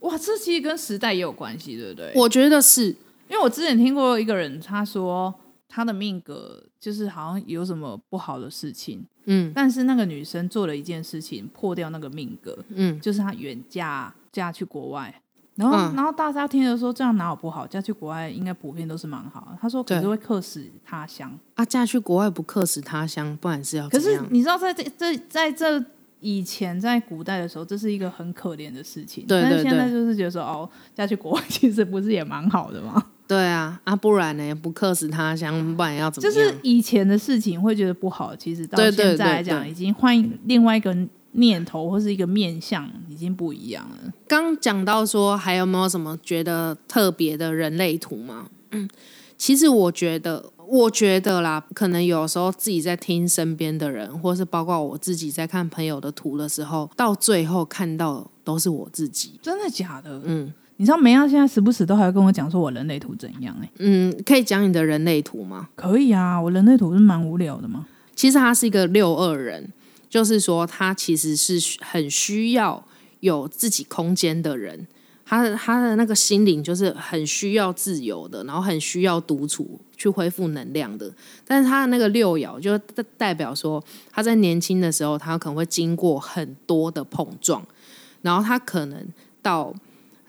Speaker 1: 哇，这其实跟时代也有关系，对不对？
Speaker 3: 我觉得是，
Speaker 1: 因为我之前听过一个人，他说他的命格就是好像有什么不好的事情，
Speaker 3: 嗯
Speaker 1: 但是那个女生做了一件事情破掉那个命格，
Speaker 3: 嗯，
Speaker 1: 就是她远嫁嫁去国外。然后，
Speaker 3: 嗯
Speaker 1: 然后大家听着说这样哪有不好？嫁去国外应该普遍都是蛮好的。他说可是
Speaker 3: 对
Speaker 1: 会客死他乡，
Speaker 3: 啊，嫁去国外不客死他乡，不然是要
Speaker 1: 可
Speaker 3: 怎
Speaker 1: 是
Speaker 3: 样？
Speaker 1: 你知道在，这这在这以前，在古代的时候，这是一个很可怜的事情。
Speaker 3: 对
Speaker 1: 但是
Speaker 3: 对
Speaker 1: 现在
Speaker 3: 对
Speaker 1: 就是觉得说，哦，嫁去国外其实不是也蛮好的嘛？
Speaker 3: 对啊，啊，不然呢？不客死他乡，不然要怎么
Speaker 1: 就
Speaker 3: 样？
Speaker 1: 是以前的事情会觉得不好，其实到
Speaker 3: 对对
Speaker 1: 现在来
Speaker 3: 对
Speaker 1: 讲，
Speaker 3: 对
Speaker 1: 已经换一另外一个念头或是一个面向，已经不一样了。
Speaker 3: 刚讲到说，还有没有什么觉得特别的人类图吗？嗯，其实我觉得，我觉得啦，可能有时候自己在听身边的人，或是包括我自己在看朋友的图的时候，到最后看到都是我自己。
Speaker 1: 真的假的？
Speaker 3: 嗯
Speaker 1: 你知道梅亚现在时不时都还会跟我讲说我人类图怎样、欸？哎，
Speaker 3: 嗯，可以讲你的人类图吗？
Speaker 1: 可以啊，我人类图是蛮无聊的嘛。
Speaker 3: 其实他是一个六二人，就是说他其实是很需要有自己空间的人。他的他的那个心灵就是很需要自由的，然后很需要独处去恢复能量的。但是他的那个六爻就代代表说，他在年轻的时候，他可能会经过很多的碰撞，然后他可能到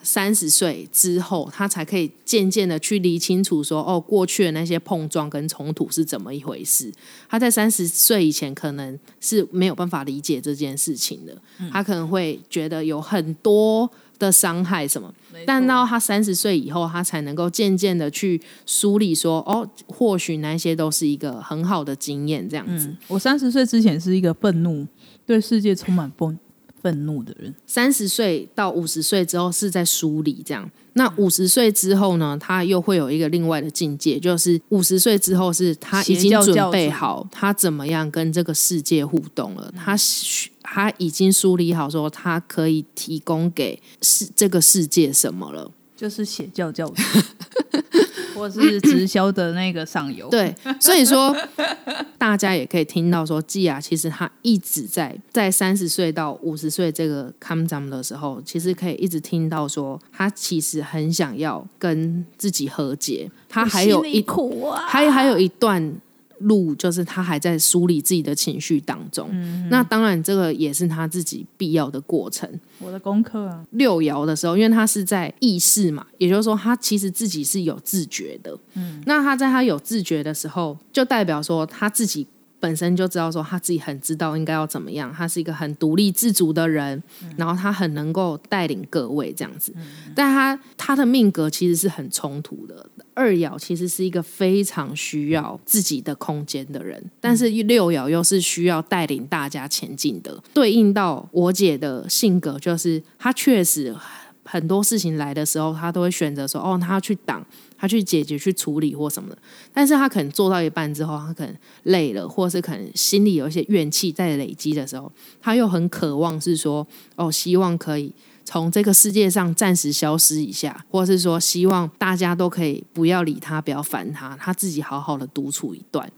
Speaker 3: 三十岁之后，他才可以渐渐的去理清楚说，哦，过去的那些碰撞跟冲突是怎么一回事。他在三十岁以前可能是没有办法理解这件事情的，他可能会觉得有很多的伤害什么，但到他三十岁以后，他才能够渐渐的去梳理说，哦，或许那些都是一个很好的经验，这样子。
Speaker 1: 嗯，我三十岁之前是一个愤怒，对世界充满愤愤怒的人。
Speaker 3: 三十岁到五十岁之后是在梳理这样。那五十岁之后呢，他又会有一个另外的境界，就是五十岁之后是他已
Speaker 1: 邪
Speaker 3: 经
Speaker 1: 教教
Speaker 3: 准备
Speaker 1: 主嗯
Speaker 3: 好他怎么样跟这个世界互动了，他他已经梳理好说他可以提供给世这个世界什么了。
Speaker 1: 就是写教教主， 或是直销的那个上游。，
Speaker 3: 对，所以说大家也可以听到说，季雅其实她一直在在三十岁到五十岁这个 come down 的时候，其实可以一直听到说，她其实很想要跟自己和解，她还有一
Speaker 1: 苦啊，
Speaker 3: 还还有一段路，就是他还在梳理自己的情绪当中。那当然，这个也是他自己必要的过程。
Speaker 1: 我的功课啊，
Speaker 3: 六爻的时候，因为他是在意识嘛，也就是说，他其实自己是有自觉的。嗯，那他在他有自觉的时候，就代表说他自己本身就知道说他自己很知道应该要怎么样，他是一个很独立自主的人，然后他很能够带领各位这样子。但他他的命格其实是很冲突的。二爻其实是一个非常需要自己的空间的人，但是六爻又是需要带领大家前进的。对应到我姐的性格，就是她确实很多事情来的时候，她都会选择说：“哦，她要去挡，她去解决、去处理或什么的。”但是她可能做到一半之后，她可能累了，或是可能心里有一些怨气在累积的时候，她又很渴望是说：“哦，希望可以从这个世界上暂时消失一下，或是说希望大家都可以不要理他，不要烦他，他自己好好的独处一段。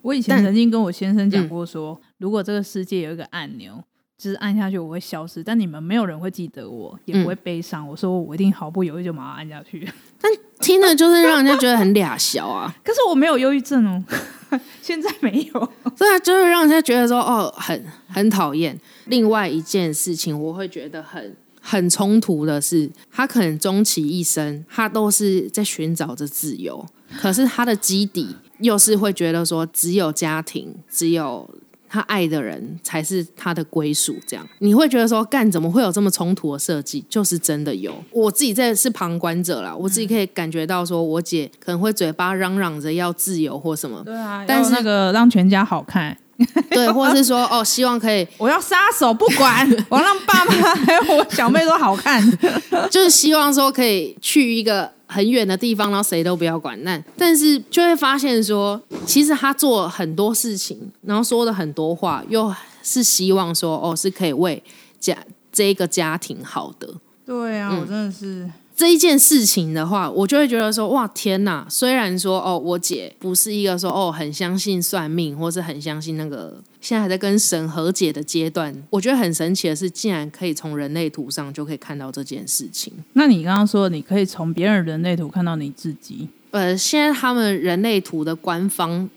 Speaker 1: 我以前
Speaker 3: 但
Speaker 1: 曾经跟我先生讲过说，如果这个世界有一个按钮，就是按下去我会消失，但你们没有人会记得我，也不会悲伤。我说我一定毫不犹豫就马上按下去，
Speaker 3: 听了就是让人家觉得很俩小啊，
Speaker 1: 可是我没有忧郁症哦， 现在没有。
Speaker 3: 对啊，就是让人家觉得说哦，很很讨厌。另外一件事情，我会觉得很很冲突的是，他可能终其一生，他都是在寻找着自由，可是他的基底又是会觉得说，只有家庭，只有。他爱的人才是他的归属，这样你会觉得说，干怎么会有这么冲突的设计？就是真的有，我自己在是旁观者啦，我自己可以感觉到说，我姐可能会嘴巴嚷嚷着要自由或什么，
Speaker 1: 对啊
Speaker 3: 但
Speaker 1: 但
Speaker 3: 是
Speaker 1: 是那个让全家好看，
Speaker 3: 对，或者是说哦，希望可以
Speaker 1: 我要杀手不管， 我要让爸妈还有我小妹都好 看。
Speaker 3: 就是希望说可以去一个很远的地方，然后谁都不要管。那但是就会发现说，其实他做很多事情，然后说的很多话，又是希望说哦，是可以为家这一个家庭好的。
Speaker 1: 对啊，我真的是
Speaker 3: 这一件事情的话，我就会觉得说，哇，天哪！虽然说哦，我姐不是一个说哦很相信算命，或是很相信那个现在还在跟神和解的阶段，我觉得很神奇的是，竟然可以从人类图上就可以看到这件事情。
Speaker 1: 那你刚刚说，你可以从别人人类图看到你自己，
Speaker 3: 呃，现在他们人类图的官方，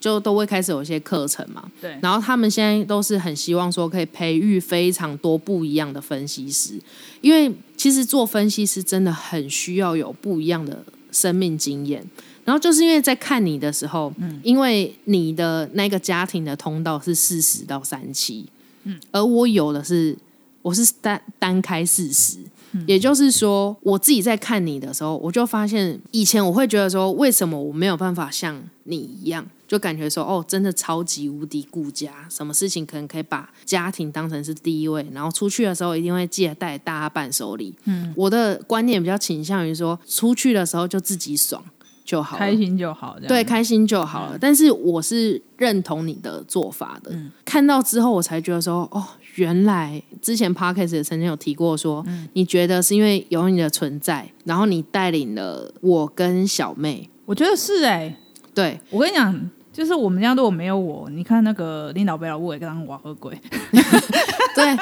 Speaker 3: 就都会开始有一些课程嘛，
Speaker 1: 对
Speaker 3: 然后他们现在都是很希望说可以培育非常多不一样的分析师，因为其实做分析师真的很需要有不一样的生命经验。然后就是因为在看你的时候，因为你的那个家庭的通道是四十到三七，
Speaker 1: 嗯
Speaker 3: 而我有的是我是单单开四十。
Speaker 1: 嗯
Speaker 3: 也就是说，我自己在看你的时候，我就发现以前我会觉得说，为什么我没有办法像你一样，就感觉说，哦，真的超级无敌顾家，什么事情可能可以把家庭当成是第一位，然后出去的时候一定会记得带大家伴手礼。嗯，我的观念比较倾向于说，出去的时候就自己爽就好了，
Speaker 1: 开心就好，这样
Speaker 3: 对，开心就好了。但是我是认同你的做法的，
Speaker 1: 嗯
Speaker 3: 看到之后我才觉得说，哦，原来之前 Parkes 也曾经有提过说，
Speaker 1: 嗯
Speaker 3: 你觉得是因为有你的存在，然后你带领了我跟小妹，
Speaker 1: 我觉得是哎、
Speaker 3: 对，
Speaker 1: 我跟你讲，就是我们家如果没有我，你看那个领导贝老布也当瓦和鬼，
Speaker 3: 对，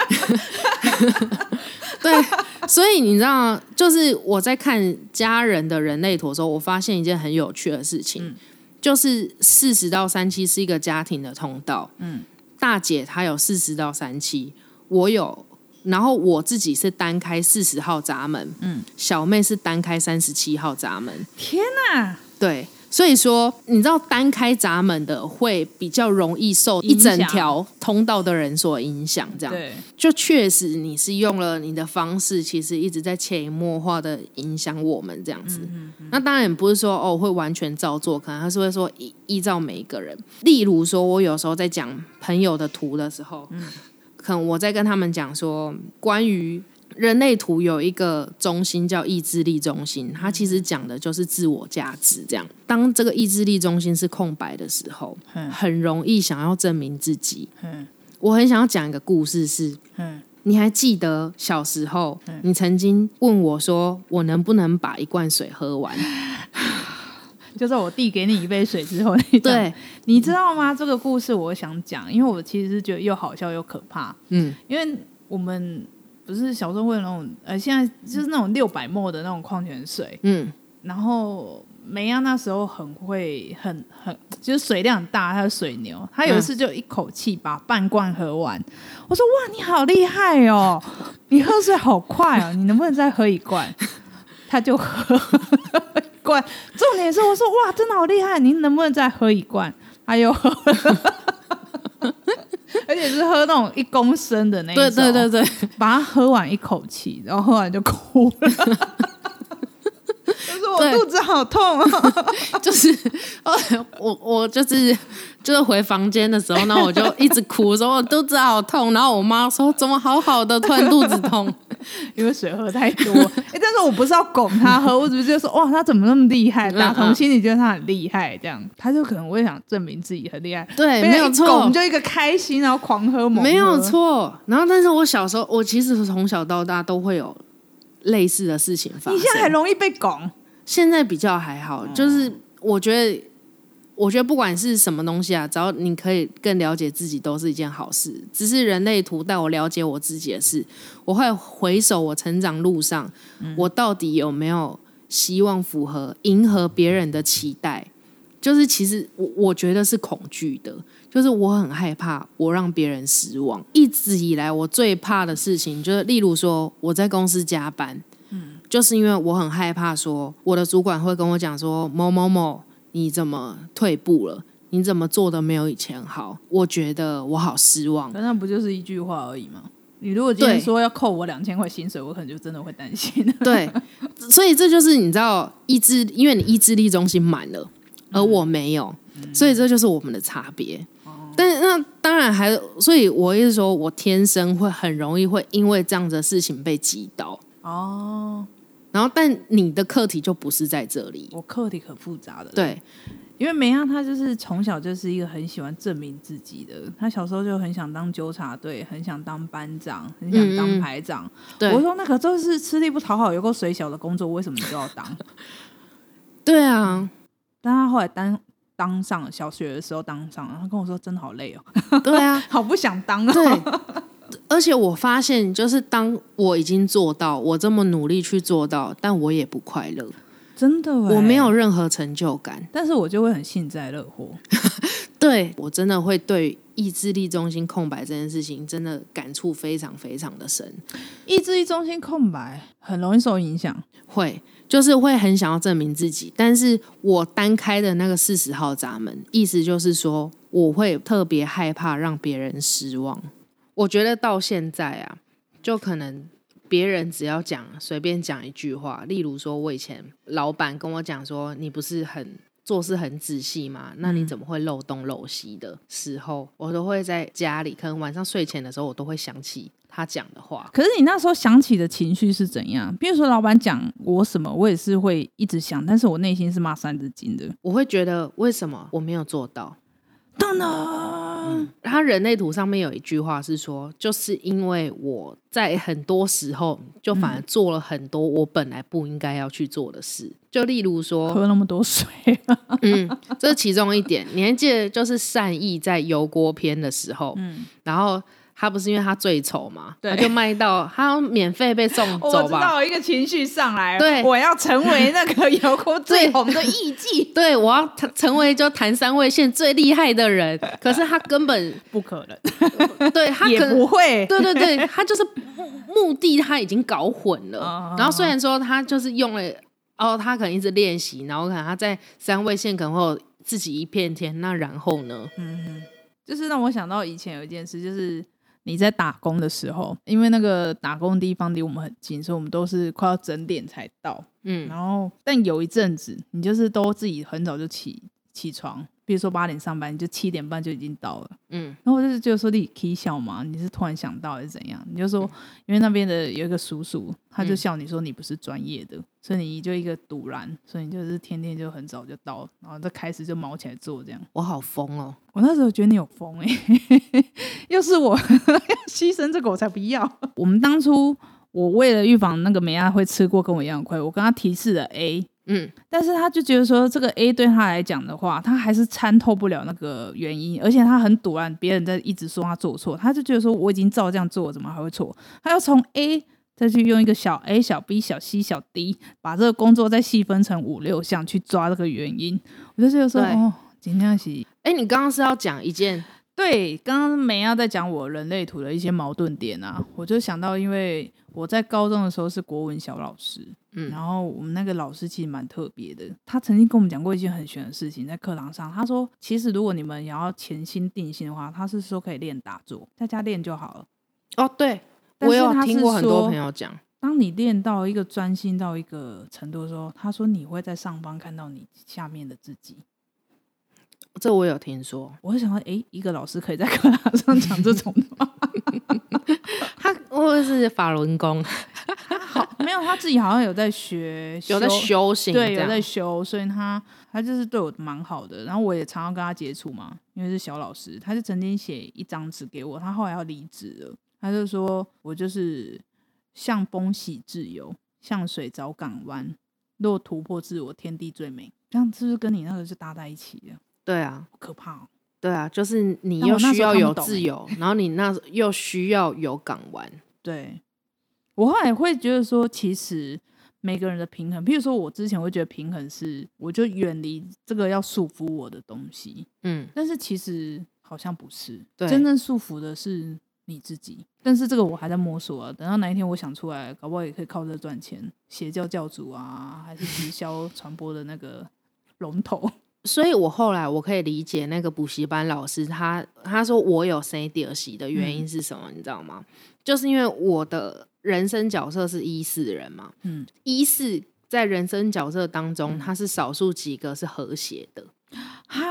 Speaker 3: 对，所以你知道，就是我在看家人的人类图的时候，我发现一件很有趣的事情，
Speaker 1: 嗯
Speaker 3: 就是四十到三七是一个家庭的通道。嗯，大姐她有四十到三七，我有。然后我自己是单开四十号闸门，嗯，小妹是单开三十七号闸门，
Speaker 1: 天哪、
Speaker 3: 对，所以说你知道单开闸门的会比较容易受一整
Speaker 1: 影响
Speaker 3: 条通道的人所影响，这样。
Speaker 1: 对，
Speaker 3: 就确实你是用了你的方式，其实一直在潜移默化的影响我们这样子。
Speaker 1: 嗯
Speaker 3: 那当然也不是说哦会完全照做，可能他是会说依依照每一个人。例如说，我有时候在讲朋友的图的时候，
Speaker 1: 嗯
Speaker 3: 可能我在跟他们讲说关于。人类图有一个中心叫意志力中心，它其实讲的就是自我价值。这样，当这个意志力中心是空白的时候，
Speaker 1: 嗯
Speaker 3: 很容易想要证明自己，
Speaker 1: 嗯
Speaker 3: 我很想要讲一个故事是，
Speaker 1: 嗯
Speaker 3: 你还记得小时候你曾经问我说，我能不能把一罐水喝完？
Speaker 1: 就是我递给你一杯水之后， 你讲，
Speaker 3: 对，
Speaker 1: 你知道吗？这个故事我想讲，因为我其实是觉得又好笑又可怕，
Speaker 3: 嗯，
Speaker 1: 因为我们不是小时候会有那种呃，现在就是那种六百沫的那种矿泉水，
Speaker 3: 嗯，
Speaker 1: 然后梅亚那时候很会，很很就是水量很大，她是水牛，她有一次就一口气把半罐喝完。我说：“哇，你好厉害哦，你喝水好快哦，你能不能再喝一罐？” 她就喝一罐， 重点是我说：“哇，真的好厉害，你能不能再喝一罐？”她又喝了。 而且是喝那种一公升的那一种，
Speaker 3: 对对对 对，
Speaker 1: 把它喝完一口气，然后喝完就哭了。他说我
Speaker 3: 对
Speaker 1: 肚子好痛啊！
Speaker 3: 就是，哦 我我就是就是回房间的时候，那我就一直哭，说我肚子好痛，然后我妈说怎么好好的突然肚子痛？
Speaker 1: 因为水喝太多。 哎、但是我不是要拱他喝，我只是觉得说哇，他怎么那么厉害？
Speaker 3: 嗯
Speaker 1: 打从
Speaker 3: 嗯
Speaker 1: 心里觉得他很厉害，这样他就可能会想证明自己很厉 害。
Speaker 3: 对，
Speaker 1: 被他
Speaker 3: 没有
Speaker 1: 一
Speaker 3: 错
Speaker 1: 拱，就一个开心，然后狂喝猛喝
Speaker 3: 没有。错。然后，但是我小时候，我其实从小到大都会有类似的事情发生。
Speaker 1: 你现在很容易被拱，
Speaker 3: 现在比较还好，就是我觉得，我觉得不管是什么东西啊，只要你可以更了解自己，都是一件好事。只是人类图带我了解我自己的事，我会回首我成长路上，我到底有没有希望符合迎合别人的期待？就是其实我我觉得是恐惧的，就是我很害怕我让别人失望。一直以来我最怕的事情就是，例如说我在公司加班，就是因为我很害怕说，我的主管会跟我讲说，某某某，你怎么退步了？你怎么做的没有以前好？我觉得我好失望。
Speaker 1: 那不就是一句话而已吗？你如果今天
Speaker 3: 对
Speaker 1: 说要扣我两千块薪水，我可能就真的会担心。
Speaker 3: 对，所以这就是你知道意志，因为你意志力中心满了，而我没有，
Speaker 1: 嗯
Speaker 3: 所以这就是我们的差别。
Speaker 1: 哦
Speaker 3: 但是那当然还，所以我一直说我天生会很容易会因为这样子的事情被击倒。
Speaker 1: 哦，
Speaker 3: 然后但你的课题就不是在这里，
Speaker 1: 我课题可复杂的，，
Speaker 3: 对，
Speaker 1: 因为梅亚她就是从小就是一个很喜欢证明自己的，她小时候就很想当纠察队，很想当班长，很想
Speaker 3: 嗯嗯
Speaker 1: 当排长。
Speaker 3: 对
Speaker 1: 我说那可都是吃力不讨好、有够水小的工作，为什么你都要当？
Speaker 3: 对啊，
Speaker 1: 但她后来当当上小学的时候当上了，她跟我说真的好累哦，
Speaker 3: 对啊，
Speaker 1: 好不想当哦。
Speaker 3: 对。而且我发现，就是当我已经做到，我这么努力去做到，但我也不快乐，
Speaker 1: 真的，欸
Speaker 3: 我没，有任何成就感。
Speaker 1: 但是我就会很幸灾乐祸。
Speaker 3: 对我真的会对意志力中心空白这件事情，真的感触非常非常的深。
Speaker 1: 意志力中心空白，很容易受影响。
Speaker 3: 会，就是会很想要证明自己，但是我单开的那个四十号闸门，意思就是说，我会特别害怕让别人失望。我觉得到现在啊，就可能别人只要讲随便讲一句话，例如说我以前老板跟我讲说，你不是很。做事很仔细嘛，那你怎么会漏洞漏西的时候，我都会在家里，可能晚上睡前的时候，我都会想起他讲的话。
Speaker 1: 可是你那时候想起的情绪是怎样？比如说老板讲我什么，我也是会一直想，但是我内心是骂三字经的。
Speaker 3: 我会觉得为什么我没有做到？嗯
Speaker 1: 当当，
Speaker 3: 他人类图上面有一句话是说，就是因为我在很多时候就
Speaker 1: 嗯
Speaker 3: 反而做了很多我本来不应该要去做的事，就例如说，
Speaker 1: 喝那么多水，
Speaker 3: 嗯，这是其中一点。你还记得就是善意在油锅篇的时候，
Speaker 1: 嗯，
Speaker 3: 然后他不是因为他最丑嘛，
Speaker 1: 对
Speaker 3: 他就卖到他要免费被送
Speaker 1: 我
Speaker 3: 走
Speaker 1: 知
Speaker 3: 吧。
Speaker 1: 道一个情绪上来，
Speaker 3: 对
Speaker 1: 我要成为那个油锅最红的艺妓，
Speaker 3: 对，我要成为就弹三位线最厉害的人，可是他根本
Speaker 1: 不可能，
Speaker 3: 对 他
Speaker 1: 也
Speaker 3: 可能
Speaker 1: 不会。
Speaker 3: 对 对对，他就是目目的他已经搞混了
Speaker 1: 哦。
Speaker 3: 然后虽然说他就是用了，哦，他可能一直练习，然后可能他在三位线可能会有自己一片天。那然后呢？
Speaker 1: 嗯就是让我想到以前有一件事，就是你在打工的时候，因为那个打工地方离我们很近，所以我们都是快要整点才到。
Speaker 3: 嗯
Speaker 1: 然后，但有一阵子，你就是都自己很早就起起床，比如说八点上班，你就七点半就已经到了。
Speaker 3: 嗯，
Speaker 1: 然后我就是觉得说你可以笑嘛，你是突然想到还是怎样？你就说，因为那边的有一个叔叔，他就
Speaker 3: 嗯
Speaker 1: 笑你说你不是专业的，所以你就一个堵然，所以你就是天天就很早就到，然后再开始就毛起来做这样。
Speaker 3: 我好疯哦。
Speaker 1: 我那时候觉得你有疯哎、 要是我要牺牲这个，我才不要。我们当初我为了预防那个美亚会吃过跟我一样的亏，我跟他提示了 A，
Speaker 3: 嗯，
Speaker 1: 但是他就觉得说这个 A 对他来讲的话，他还是参透不了那个原因，而且他很堵然，别人在一直说他做错，他就觉得说我已经照这样做，怎么还会错？他要从 A 再去用一个小 A、小 B、小 C、小 D，把这个工作再细分成五六项去抓这个原因。我就觉得说
Speaker 3: 对
Speaker 1: 哦，今天是
Speaker 3: 哎，你刚刚是要讲一件，
Speaker 1: 对，刚刚梅亚在讲我人类图的一些矛盾点啊，我就想到，因为我在高中的时候是国文小老师，
Speaker 3: 嗯
Speaker 1: 然后我们那个老师其实蛮特别的，他曾经跟我们讲过一件很玄的事情，在课堂上，他说，其实如果你们想要潜心定性的话，他是说可以练打坐，在家练就好了。
Speaker 3: 哦，对
Speaker 1: 但
Speaker 3: 我
Speaker 1: 是
Speaker 3: 有
Speaker 1: 他是
Speaker 3: 听过很多
Speaker 1: 说
Speaker 3: 朋友讲，
Speaker 1: 当你练到一个专心到一个程度的时候，他说你会在上方看到你下面的自己。
Speaker 3: 这我有听说。
Speaker 1: 我就想到，诶，一个老师可以在课堂上讲这种话，
Speaker 3: 他我也是法轮功，
Speaker 1: 没有，他自己好像有在学，
Speaker 3: 有在修行，
Speaker 1: 对，
Speaker 3: 这
Speaker 1: 有
Speaker 3: 样
Speaker 1: 在修，所以他他就是对我蛮好的。然后我也常常跟他接触嘛，因为是小老师，他就曾经写一张纸给我，他后来要离职了，他就说我就是向风喜自由，向水找港湾，若突破自我，天地最美。这样是不是跟你那个就搭在一起了？
Speaker 3: 对啊，
Speaker 1: 好可怕、哦！
Speaker 3: 对啊，就是你
Speaker 1: 但
Speaker 3: 又
Speaker 1: 我那
Speaker 3: 需
Speaker 1: 时候看
Speaker 3: 要
Speaker 1: 不
Speaker 3: 有
Speaker 1: 懂
Speaker 3: 自
Speaker 1: 欸
Speaker 3: 由，然后你那又需要有港湾，
Speaker 1: 对我后来会觉得说，其实每个人的平衡，譬如说我之前会觉得平衡是，我就远离这个要束缚我的东西，
Speaker 3: 嗯。
Speaker 1: 但是其实好像不是，
Speaker 3: 对
Speaker 1: 真正束缚的是你自己。但是这个我还在摸索啊，等到哪一天我想出来，搞不好也可以靠这赚钱，邪教教主啊，还是直 销传播的那个龙头。
Speaker 3: 所以我后来我可以理解那个补习班老师他他说我有 C 点习的原因是什么，你知道吗？就是因为我的人生角色是一四人嘛，
Speaker 1: 嗯，
Speaker 3: 一四在人生角色当中，他是少数几个是和谐的，
Speaker 1: 哈，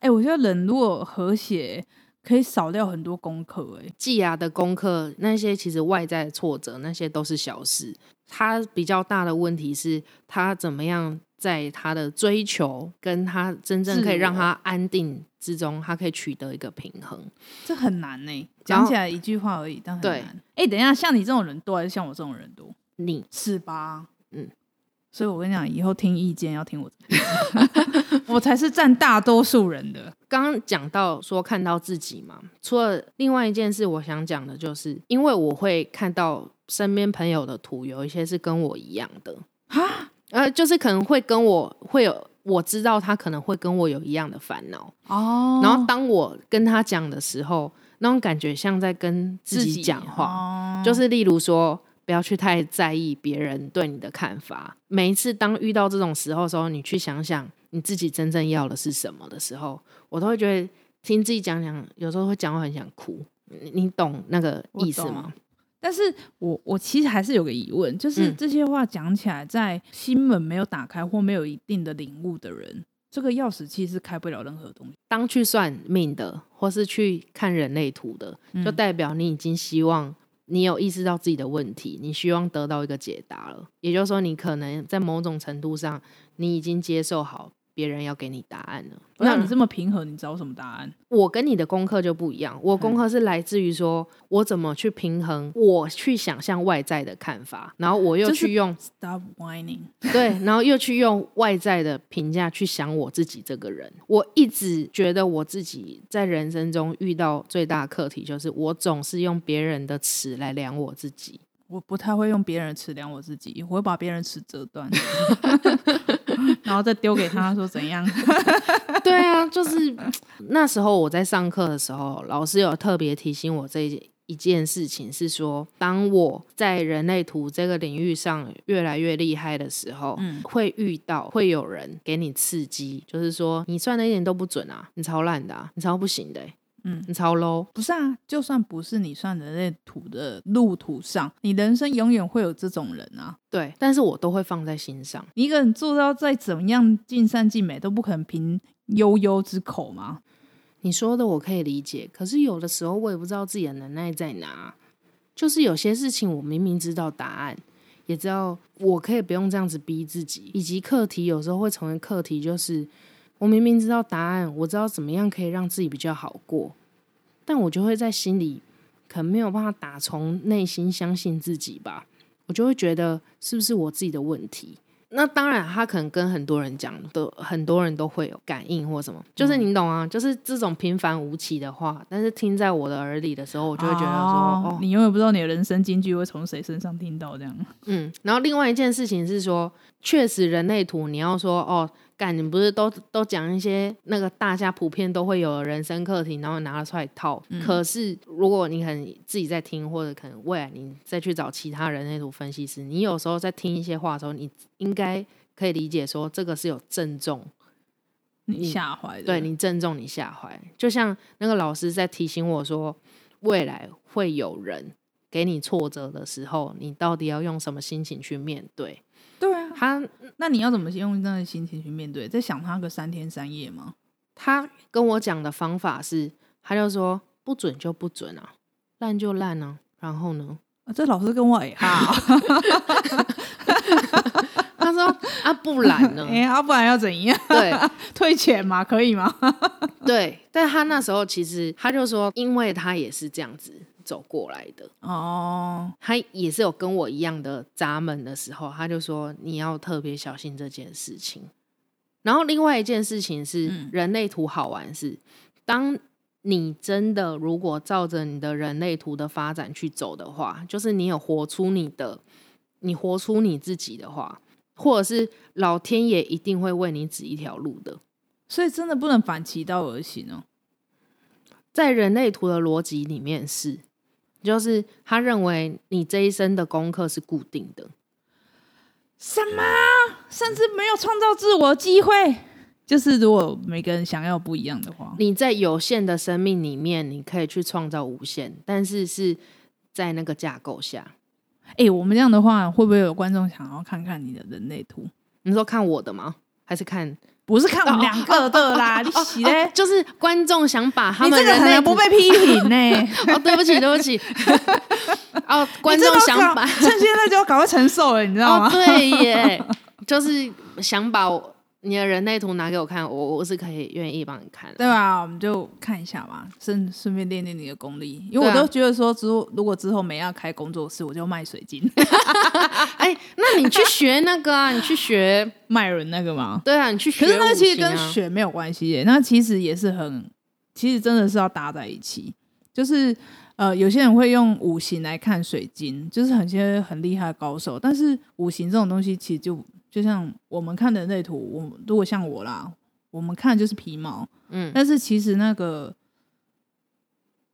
Speaker 1: 哎、我觉得人如果和谐可以少掉很多功课、欸。哎，
Speaker 3: 季牙的功课那些其实外在的挫折那些都是小事，他比较大的问题是他怎么样在他的追求跟他真正可以让他安定之中，他可以取得一个平衡。
Speaker 1: 这很难呢、
Speaker 3: 然
Speaker 1: 讲
Speaker 3: 后
Speaker 1: 起来一句话而已，但很
Speaker 3: 对
Speaker 1: 难。哎、等一下，像你这种人多还是像我这种人多？
Speaker 3: 你
Speaker 1: 是吧？
Speaker 3: 嗯。
Speaker 1: 所以我跟你讲，以后听意见要听我的， 我才是占大多数人的。
Speaker 3: 刚刚讲到说看到自己嘛，除了另外一件事，我想讲的就是，因为我会看到身边朋友的图，有一些是跟我一样的
Speaker 1: 啊，
Speaker 3: 呃，就是可能会跟我会有，我知道他可能会跟我有一样的烦恼，
Speaker 1: 哦
Speaker 3: 然后当我跟他讲的时候，那种感觉像在跟自己讲话，
Speaker 1: 哦
Speaker 3: 就是例如说。不要去太在意别人对你的看法。每一次当遇到这种时候的时候，你去想想你自己真正要的是什么的时候，我都会觉得听自己讲讲，有时候会讲到很想哭。你你懂那个
Speaker 1: 我
Speaker 3: 意思
Speaker 1: 懂
Speaker 3: 吗？
Speaker 1: 但是我我其实还是有个疑问，就是
Speaker 3: 嗯
Speaker 1: 这些话讲起来，在心门没有打开或没有一定的领悟的人，这个钥匙器是开不了任何东西。
Speaker 3: 当去算命的，或是去看人类图的，
Speaker 1: 嗯
Speaker 3: 就代表你已经希望你有意识到自己的问题，你希望得到一个解答了。也就是说，你可能在某种程度上，你已经接受好别人要给你答案了。
Speaker 1: 那你这么平和，你找什么答案？
Speaker 3: 我跟你的功课就不一样，我
Speaker 1: 嗯
Speaker 3: 功课是来自于说我怎么去平衡，我去想象外在的看法，然后我又
Speaker 1: 就是
Speaker 3: 去用
Speaker 1: Stop whining。
Speaker 3: 对，然后又去用外在的评价去想我自己这个人。我一直觉得我自己在人生中遇到最大的课题，就是我总是用别人的尺来量我自己。
Speaker 1: 我不太会用别人的尺量我自己，我会把别人的尺折 断， 然后再丢给他说怎样。
Speaker 3: 对啊，就是那时候我在上课的时候，老师有特别提醒我这一一件事情，是说当我在人类图这个领域上越来越厉害的时候，
Speaker 1: 嗯
Speaker 3: 会遇到会有人给你刺激，就是说你算的一点都不准啊，你超烂的、啊，你超不行的欸、
Speaker 1: 嗯
Speaker 3: 你超 low，
Speaker 1: 不是啊，就算不是你算人类图的路途上，你人生永远会有这种人啊。
Speaker 3: 对，但是我都会放在心上。
Speaker 1: 你一个人做到再怎么样尽善尽美，都不可能凭悠悠之口嘛。
Speaker 3: 你说的我可以理解，可是有的时候我也不知道自己的能耐在哪。就是有些事情我明明知道答案，也知道我可以不用这样子逼自己，以及课题有时候会成为课题，就是我明明知道答案，我知道怎么样可以让自己比较好过，但我就会在心里可能没有办法打从内心相信自己吧，我就会觉得是不是我自己的问题。那当然，他可能跟很多人讲的，很多人都会有感应或什么，就是你懂啊，就是这种平凡无奇的话，但是听在我的耳里的时候，我
Speaker 1: 我
Speaker 3: 就会觉得说，哦，
Speaker 1: 你永远不知道你的人生金句会从谁身上听到这样。
Speaker 3: 嗯，然后另外一件事情是说，确实人类图你要说哦，干你不是都都讲一些那个大家普遍都会有的人生课题，然后拿出来套。可是如果你可能自己在听，或者可能未来你再去找其他人类图分析师，你有时候在听一些话的时候，你应该可以理解说这个是有正中
Speaker 1: 你吓坏的，
Speaker 3: 对你正中你下怀。就像那个老师在提醒我说，未来会有人给你挫折的时候，你到底要用什么心情去面对？
Speaker 1: 对啊，
Speaker 3: 他
Speaker 1: 那你要怎么用那个心情去面对？在想他个三天三夜吗？
Speaker 3: 他跟我讲的方法是，他就说不准就不准啊，烂就烂啊，然后呢？
Speaker 1: 啊、这老师跟我也哈，
Speaker 3: 他说啊，不然呢
Speaker 1: 哎、？要、不然要怎样？
Speaker 3: 对，
Speaker 1: 退钱吗？可 以吗？
Speaker 3: 对，但他那时候其实他就说，因为他也是这样子走过来的，
Speaker 1: 哦，
Speaker 3: 他也是有跟我一样的闸门的时候，他就说你要特别小心这件事情。然后另外一件事情是，
Speaker 1: 嗯
Speaker 3: 人类图好玩是，当你真的如果照着你的人类图的发展去走的话，就是你有活出你的，你活出你自己的话，或者是老天爷一定会为你指一条路的。
Speaker 1: 所以真的不能反其道而行哦。
Speaker 3: 在人类图的逻辑里面是，就是他认为你这一生的功课是固定的，
Speaker 1: 什么？
Speaker 3: 嗯
Speaker 1: 甚至没有创造自我机会？就是如果每个人想要不一样的话，
Speaker 3: 你在有限的生命里面，你可以去创造无限，但是是在那个架构下。
Speaker 1: 哎、我们这样的话，会不会有观众想要看看你的人类图？
Speaker 3: 你说看我的吗？还是看
Speaker 1: 不是看我们两个的啦，你洗嘞
Speaker 3: 哦，就是观众想把他
Speaker 1: 你
Speaker 3: 们
Speaker 1: 这个
Speaker 3: 人
Speaker 1: 可
Speaker 3: 类
Speaker 1: 能不被批评呢、
Speaker 3: 哦，对不起，对不起。 哦，观
Speaker 1: 你这
Speaker 3: 众
Speaker 1: 都
Speaker 3: 想
Speaker 1: 搞
Speaker 3: 把
Speaker 1: 趁现在就要赶快承受了，你知道
Speaker 3: 哦
Speaker 1: 吗？，
Speaker 3: 对 耶，就是想把我你的人类图拿给我看，我我是可以愿意帮你看的。
Speaker 1: 对吧？我们就看一下吧，顺顺便练练你的功力，因为
Speaker 3: 对
Speaker 1: 我
Speaker 3: 啊
Speaker 1: 都觉得说，之后如果之后没要开工作室，我就卖水晶、
Speaker 3: 哎，那你去学那个啊，你去学，
Speaker 1: 卖人那个嘛。
Speaker 3: 对啊，你去学
Speaker 1: 可
Speaker 3: 五行
Speaker 1: 是
Speaker 3: 啊。
Speaker 1: 那个其实跟学没有关系耶，那其实也是很，其实真的是要搭在一起。就是呃，有些人会用五行来看水晶，就是很些很厉害的高手，但是五行这种东西其实就就像我们看人类图，我如果像我啦，我们看就是皮毛，
Speaker 3: 嗯，
Speaker 1: 但是其实那个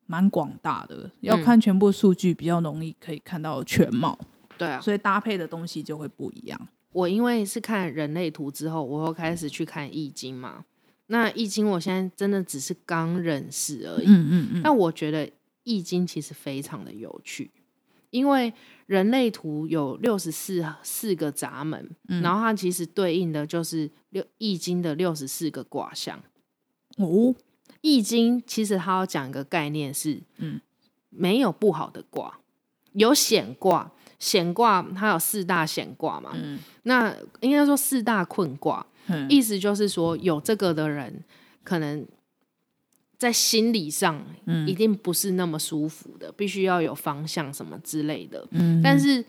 Speaker 1: 蛮广大的，要
Speaker 3: 嗯
Speaker 1: 看全部数据比较容易可以看到全貌，
Speaker 3: 对啊，
Speaker 1: 所以搭配的东西就会不一样。
Speaker 3: 我因为是看人类图之后，我又开始去看易经嘛。那易经我现在真的只是刚认识而已，
Speaker 1: 嗯嗯嗯，
Speaker 3: 但我觉得《易经》其实非常的有趣，因为人类图有六十四四个闸门，
Speaker 1: 嗯
Speaker 3: 然后它其实对应的就是六《易经》的六十四个卦象。《
Speaker 1: 哦，
Speaker 3: 易经》其实它要讲一个概念是，
Speaker 1: 嗯，
Speaker 3: 没有不好的卦，有显卦，显卦它有四大显卦嘛，
Speaker 1: 嗯
Speaker 3: 那应该说四大困卦，
Speaker 1: 嗯
Speaker 3: 意思就是说有这个的人可能。在心理上，
Speaker 1: 嗯
Speaker 3: 一定不是那么舒服的，必须要有方向什么之类的。
Speaker 1: 嗯
Speaker 3: 但是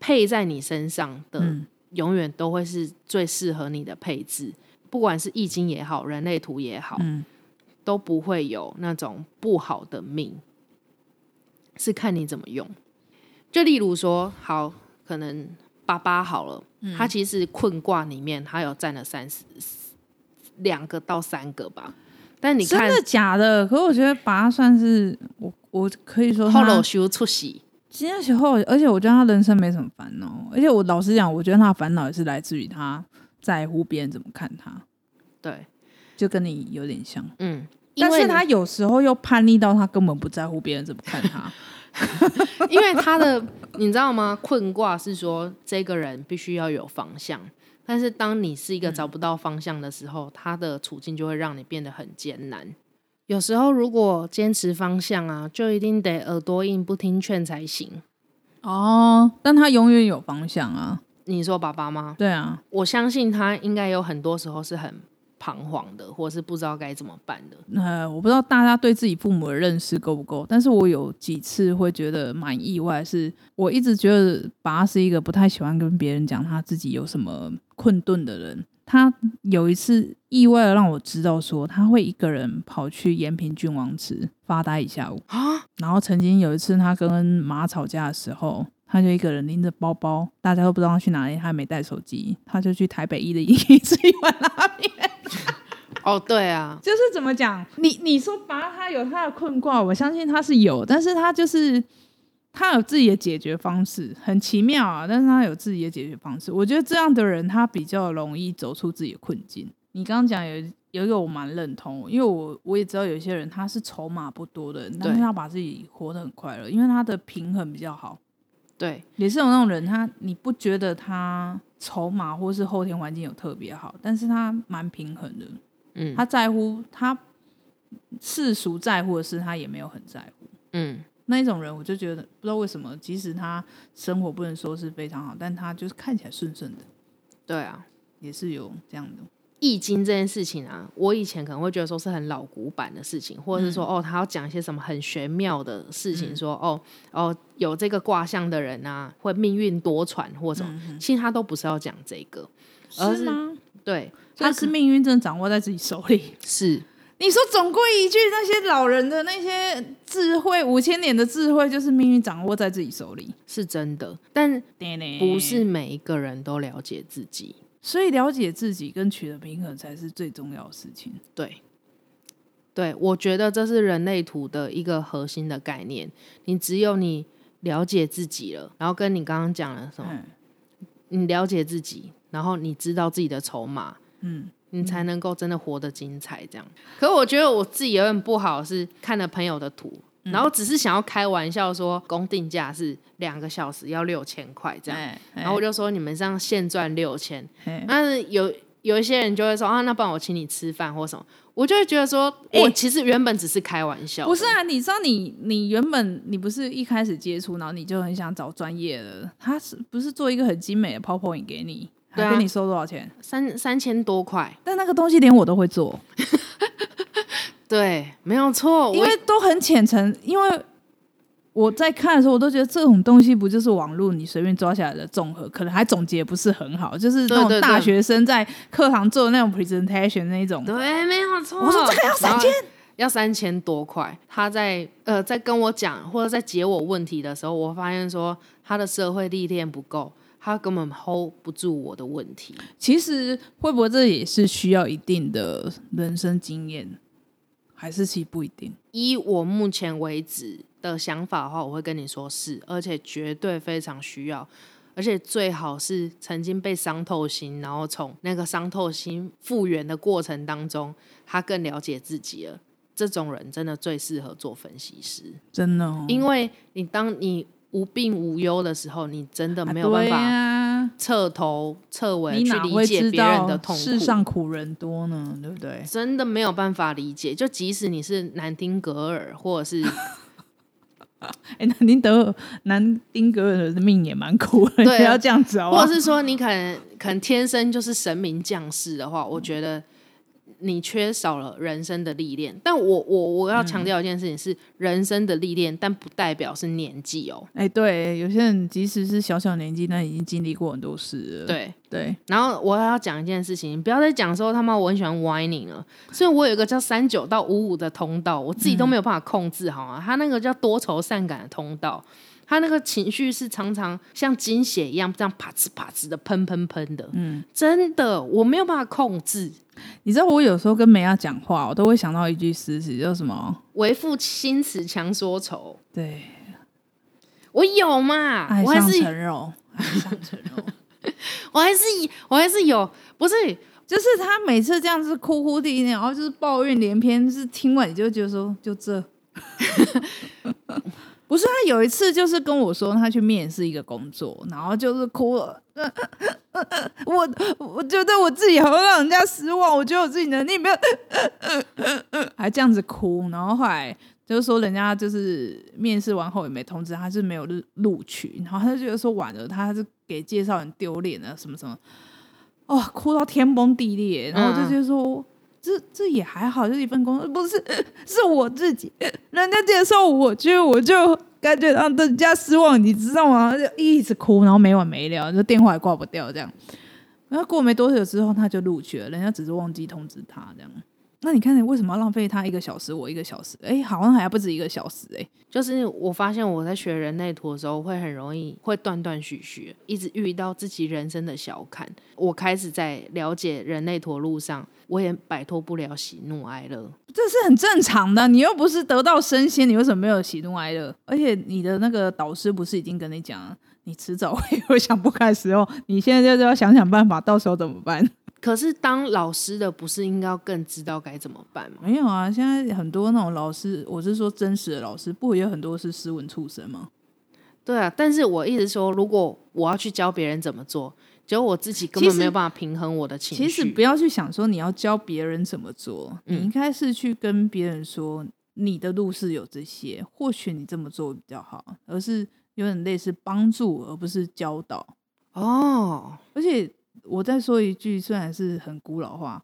Speaker 3: 配在你身上的，
Speaker 1: 嗯
Speaker 3: 永远都会是最适合你的配置，不管是易经也好，人类图也好，
Speaker 1: 嗯
Speaker 3: 都不会有那种不好的命，是看你怎么用。就例如说，好，可能爸爸好了，
Speaker 1: 嗯
Speaker 3: 他其实困卦里面他有占了三十两个到三个吧，但你
Speaker 1: 真
Speaker 3: 看
Speaker 1: 的假的？可我觉得把他算是我，我可以说
Speaker 3: 后
Speaker 1: 他
Speaker 3: 楼修出席。
Speaker 1: 今天时候，而且我觉得他人生没什么烦恼，而且我老实讲，我觉得他的烦恼也是来自于他在乎别人怎么看他，
Speaker 3: 对，
Speaker 1: 就跟你有点像。
Speaker 3: 嗯，因
Speaker 1: 但
Speaker 3: 为
Speaker 1: 是他有时候又叛逆到他根本不在乎别人怎么看他，
Speaker 3: 你因为他的你知道吗？困卦是说这个人必须要有方向，但是当你是一个找不到方向的时候，他的处境就会让你变得很艰难。有时候如果坚持方向啊，就一定得耳朵硬不听劝才行。
Speaker 1: 哦，但他永远有方向啊，
Speaker 3: 你说爸爸吗？
Speaker 1: 对啊，
Speaker 3: 我相信他应该有很多时候是很彷徨的，或是不知道该怎么办的。
Speaker 1: 呃，我不知道大家对自己父母的认识够不够，但是我有几次会觉得蛮意外是，我一直觉得爸是一个不太喜欢跟别人讲他自己有什么困顿的人。他有一次意外的让我知道说，他会一个人跑去延平郡王祠发呆一下午
Speaker 3: 啊。
Speaker 1: 然后曾经有一次他跟妈吵架的时候。他就一个人拎着包包，大家都不知道他去哪里，他也没带手机，他就去台北一的一吃一碗拉面。
Speaker 3: 哦，对啊，
Speaker 1: 就是怎么讲？你你说拔他有他的困卦，我相信他是有，但是他就是他有自己的解决方式，很奇妙啊。但是他有自己的解决方式，我觉得这样的人他比较容易走出自己的困境。你刚刚讲有有一个我蛮认同，因为我我也知道有些人他是筹码不多的人，但是
Speaker 3: 对
Speaker 1: 他把自己活得很快乐，因为他的平衡比较好。
Speaker 3: 对
Speaker 1: 也是有那种人，他你不觉得他筹码或是后天环境有特别好，但是他蛮平衡的。
Speaker 3: 嗯
Speaker 1: 他在乎他世俗在乎的事，他也没有很在乎。
Speaker 3: 嗯，
Speaker 1: 那一种人，我就觉得不知道为什么，即使他生活不能说是非常好，但他就是看起来顺顺的，
Speaker 3: 对啊。
Speaker 1: 也是有这样的。
Speaker 3: 易经这件事情啊，我以前可能会觉得说是很老古板的事情，或者是
Speaker 1: 嗯
Speaker 3: 说、哦，他要讲一些什么很玄妙的事情，说哦哦，有这个卦象的人啊，会命运多舛或什么。其实他都不是要讲这个，而
Speaker 1: 嗯是
Speaker 3: 是
Speaker 1: 吗？
Speaker 3: 对，
Speaker 1: 他是命运真的掌握在自己手里。
Speaker 3: 是
Speaker 1: 你说总归一句，那些老人的那些智慧，五千年的智慧，就是命运掌握在自己手里。
Speaker 3: 是真的，但不
Speaker 1: 不
Speaker 3: 是，每一个人都了解自己。
Speaker 1: 所以了解自己跟取得平衡才是最重要的事情。
Speaker 3: 对，对，我觉得这是人类图的一个核心的概念。你只有你了解自己了，然后跟你刚刚讲了什么，
Speaker 1: 嗯
Speaker 3: 你了解自己，然后你知道自己的筹码，
Speaker 1: 嗯，
Speaker 3: 你才能够真的活得精彩。这样，可我觉得我自己有点不好，是看了朋友的图。
Speaker 1: 嗯
Speaker 3: 然后只是想要开玩笑说，公定价是两个小时要六千块这样，
Speaker 1: 哎，
Speaker 3: 然后我就说你们这样现赚六千，
Speaker 1: 哎
Speaker 3: 但是有有一些人就会说啊，那不然我请你吃饭或什么，我就会觉得说，
Speaker 1: 哎
Speaker 3: 我其实原本只是开玩笑，
Speaker 1: 不是啊，你知道你你原本你不是一开始接触，然后你就很想找专业的，他是不是做一个很精美的 PowerPoint 给你，
Speaker 3: 对啊
Speaker 1: 还跟你收多少钱？
Speaker 3: 三三千多块，
Speaker 1: 但那个东西连我都会做，
Speaker 3: 对，没有错，
Speaker 1: 因
Speaker 3: 我
Speaker 1: 为都很浅层，因为。我在看的时候，我都觉得这种东西不就是网络你随便抓下来的综合，可能还总结不是很好，就是
Speaker 3: 对
Speaker 1: 那种
Speaker 3: 对对
Speaker 1: 大学生在课堂做的那种 presentation 那一种。
Speaker 3: 对，没有错。
Speaker 1: 我说这个要三千，
Speaker 3: 要三千多块。他在呃在跟我讲或者在解我问题的时候，我发现说他的社会历练不够，他根本 hold 不住我的问题。
Speaker 1: 其实会不会这也是需要一定的人生经验，还是其实不一定？
Speaker 3: 依我目前为止的想法的话，我会跟你说是，而且绝对非常需要。而且最好是曾经被伤透心，然后从那个伤透心复原的过程当中，他更了解自己了。这种人真的最适合做分析师。
Speaker 1: 真的、哦，
Speaker 3: 因为你当你无病无忧的时候，你真的没有办
Speaker 1: 啊对
Speaker 3: 法
Speaker 1: 啊
Speaker 3: 彻头彻尾
Speaker 1: 你
Speaker 3: 去
Speaker 1: 哪
Speaker 3: 理
Speaker 1: 会
Speaker 3: 解
Speaker 1: 知
Speaker 3: 别人
Speaker 1: 道
Speaker 3: 的痛
Speaker 1: 世
Speaker 3: 苦，
Speaker 1: 上苦人多呢？对不对？
Speaker 3: 真的没有办法理解。就即使你是南丁格尔，或者是
Speaker 1: 哎，南丁德尔、南丁格尔的命也蛮苦的，你
Speaker 3: 对啊
Speaker 1: 不要这样子好不
Speaker 3: 或
Speaker 1: 好
Speaker 3: 者？是说你可能可能天生就是神明降世的话，我觉得你缺少了人生的历练。但我我我要强调一件事情是，人生的历练，但不代表是年纪哦。
Speaker 1: 哎，对，有些人即使是小小年纪，但已经经历过很多事了。
Speaker 3: 对，
Speaker 1: 对，
Speaker 3: 然后我要讲一件事情，不要再讲说他妈我很喜欢 whining 了。所以我有一个叫三九到五五的通道，我自己都没有办法控制，好啊。他那个叫多愁善感的通道，他那个情绪是常常像经血一样这样啪呲啪呲的喷喷喷的，嗯，真的我没有办法控制。
Speaker 1: 你知道我有时候跟梅亚讲话，我都会想到一句诗词，叫什么？
Speaker 3: 为赋新词强说愁，
Speaker 1: 对，
Speaker 3: 我有嘛？
Speaker 1: 爱
Speaker 3: 啊我还
Speaker 1: 上
Speaker 3: 是
Speaker 1: 陈柔，爱上陈柔。
Speaker 3: 我还是我还是有，不是
Speaker 1: 就是他每次这样子哭哭啼啼，然后就是抱怨连篇，就是听完你就觉得说就这。 不是他有一次就是跟我说他去面试一个工作，然后就是哭了。我我觉得我自己好让人家失望，我觉得我自己能力没有， 还这样子哭，然后后来就是说人家就是面试完后也没通知他，是没有录录取，然后他就觉得说完了，他是给介绍人丢脸啊，什么什么，哦，哭到天崩地裂，然后我就觉得说。这这也还好，就是一份工作，不是 是我自己，人家介绍我去，我就感觉让人家失望，你知道吗？就一直哭，然后没完没了，就电话也挂不掉，这样。然后过没多久之后，他就录取了，人家只是忘记通知他这样。那你看你为什么要浪费他一个小时，我一个小时？哎，好像还不止一个小时哎、
Speaker 3: 就是我发现我在学人类图的时候，会很容易会断断续续，一直遇到自己人生的小坎。我开始在了解人类图的路上，我也摆脱不了喜怒哀乐。
Speaker 1: 这是很正常的。你又不是得道升仙，你为什么没有喜怒哀乐？而且你的那个导师不是已经跟你讲了，你迟早会有想不开的时候，你现在就是要想想办法，到时候怎么办？
Speaker 3: 可是当老师的不是应该要更知道该怎么办吗？
Speaker 1: 没有啊，现在很多那种老师，我是说真实的老师，不也有很多是斯文畜生吗？
Speaker 3: 对啊，但是我一直说，如果我要去教别人怎么做，结果我自己根
Speaker 1: 其
Speaker 3: 本
Speaker 1: 实
Speaker 3: 没有办法平衡我的情绪。
Speaker 1: 其实不要去想说你要教别人怎么做，
Speaker 3: 嗯
Speaker 1: 你应该是去跟别人说你的路是有这些，或许你这么做比较好，而是有点类似帮助，而不是教导。
Speaker 3: 哦，
Speaker 1: 而且我再说一句，虽然是很古老话，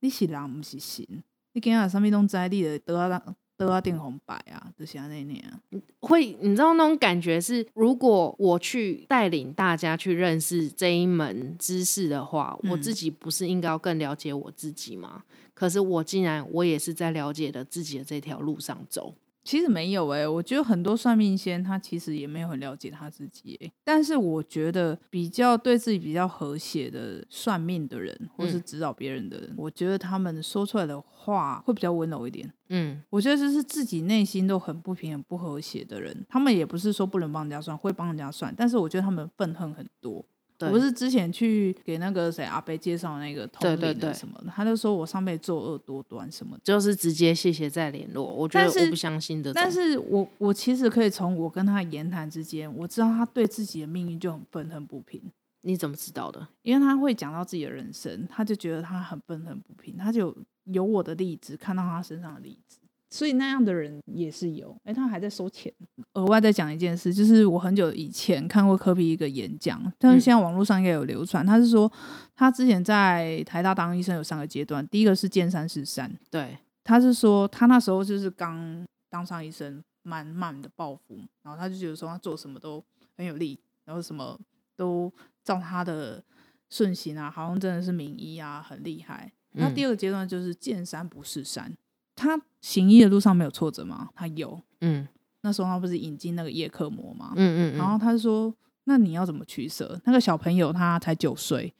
Speaker 1: 你是人不是神，你今仔啥物拢知，你的得啊得啊电红白啊，就是安尼尔。
Speaker 3: 会，你知道那种感觉是，如果我去带领大家去认识这一门知识的话，我
Speaker 1: 嗯
Speaker 3: 自己不是应该要更了解我自己吗？可是我竟然我也是在了解的自己的这条路上走，
Speaker 1: 其实没有诶、欸我觉得很多算命仙他其实也没有很了解他自己、欸，但是我觉得比较对自己比较和谐的算命的人，或是
Speaker 3: 嗯
Speaker 1: 指导别人的人，我觉得他们说出来的话会比较温柔一点。
Speaker 3: 嗯，
Speaker 1: 我觉得这是自己内心都很不平衡、不和谐的人，他们也不是说不能帮人家算，会帮人家算，但是我觉得他们愤恨很多。
Speaker 3: 对，
Speaker 1: 我不是之前去给那个谁阿贝介绍那个通
Speaker 3: 对
Speaker 1: 灵
Speaker 3: 对对
Speaker 1: 的什么的，他就说我上辈子作恶多端什么的。
Speaker 3: 就是直接谢谢再联络，我觉得
Speaker 1: 但是
Speaker 3: 我不相信这种，
Speaker 1: 但是我我其实可以从我跟他言谈之间，我知道他对自己的命运就很愤恨不平。
Speaker 3: 你怎么知道的？
Speaker 1: 因为他会讲到自己的人生，他就觉得他很愤恨不平，他就有我的例子，看到他身上的例子，所以那样的人也是有。哎、他还在收钱。额外再讲一件事，就是我很久以前看过科比一个演讲，但是现在网络上应该有流传，他是说他之前在台大当医生有三个阶段，第一个是见山是山，
Speaker 3: 对，
Speaker 1: 他是说他那时候就是刚当上医生，满满的抱负，然后他就觉得说他做什么都很有力，然后什么都照他的顺行啊，好像真的是名医啊，很厉害。那第
Speaker 3: 二，
Speaker 1: 二个阶段就是见山不是山，他行医的路上没有挫折吗？他有。
Speaker 3: 嗯
Speaker 1: 那时候他不是引进那个叶克膜吗？
Speaker 3: 嗯嗯嗯，
Speaker 1: 然后他说：“那你要怎么取舍？”那个小朋友他才九岁，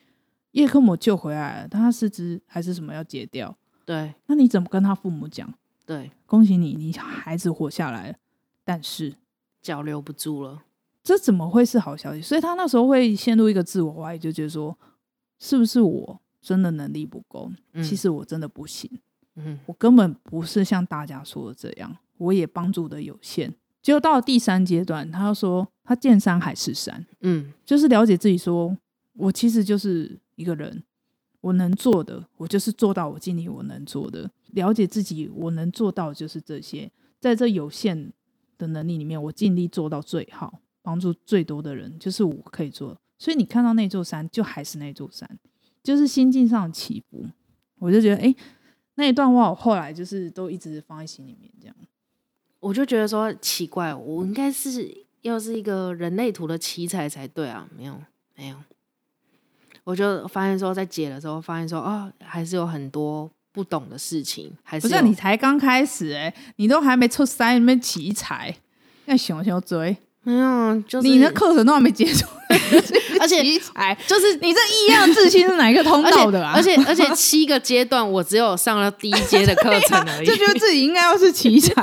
Speaker 1: 叶克膜救回来了，但他四肢还是什么要截掉，
Speaker 3: 对
Speaker 1: 那你怎么跟他父母讲？
Speaker 3: 对，
Speaker 1: 恭喜你，你孩子活下来了。但是
Speaker 3: 脚留不住了，
Speaker 1: 这怎么会是好消息？所以他那时候会陷入一个自我怀疑，就觉得说，是不是我真的能力不够？
Speaker 3: 嗯
Speaker 1: 其，实我真的不行，
Speaker 3: 嗯
Speaker 1: 我根本不是像大家说的这样，我也帮助的有限。结果到了第三阶段，他又说他见山还是山，
Speaker 3: 嗯
Speaker 1: 就是了解自己说我其实就是一个人，我能做的，我就是做到我尽力我能做的，了解自己我能做到的就是这些，在这有限的能力里面，我尽力做到最好，帮助最多的人，就是我可以做的。所以你看到那座山，就还是那座山，就是心境上的起伏。我就觉得，哎、那一段话我后来就是都一直放在心里面，这样。
Speaker 3: 我就觉得说奇怪，我应该是要是一个人类图的奇才才对啊，没有没有，我就发现说在解的时候发现说啊、还是有很多不懂的事情，还
Speaker 1: 不是
Speaker 3: 是哦
Speaker 1: 啊、
Speaker 3: 有
Speaker 1: 你才刚开始、诶哎，你都还没出山，你们奇才，那熊熊追。
Speaker 3: 没有，就是
Speaker 1: 你的课程都还没结 束，
Speaker 3: 而且
Speaker 1: 奇才，
Speaker 3: 就是
Speaker 1: 你这异样自信是哪一个通
Speaker 3: 而
Speaker 1: 道
Speaker 3: 且
Speaker 1: 的啊？
Speaker 3: 而且而且七个阶段，我只有上了第一阶的课程 而已。
Speaker 1: 啊就觉得自己应该要是奇才，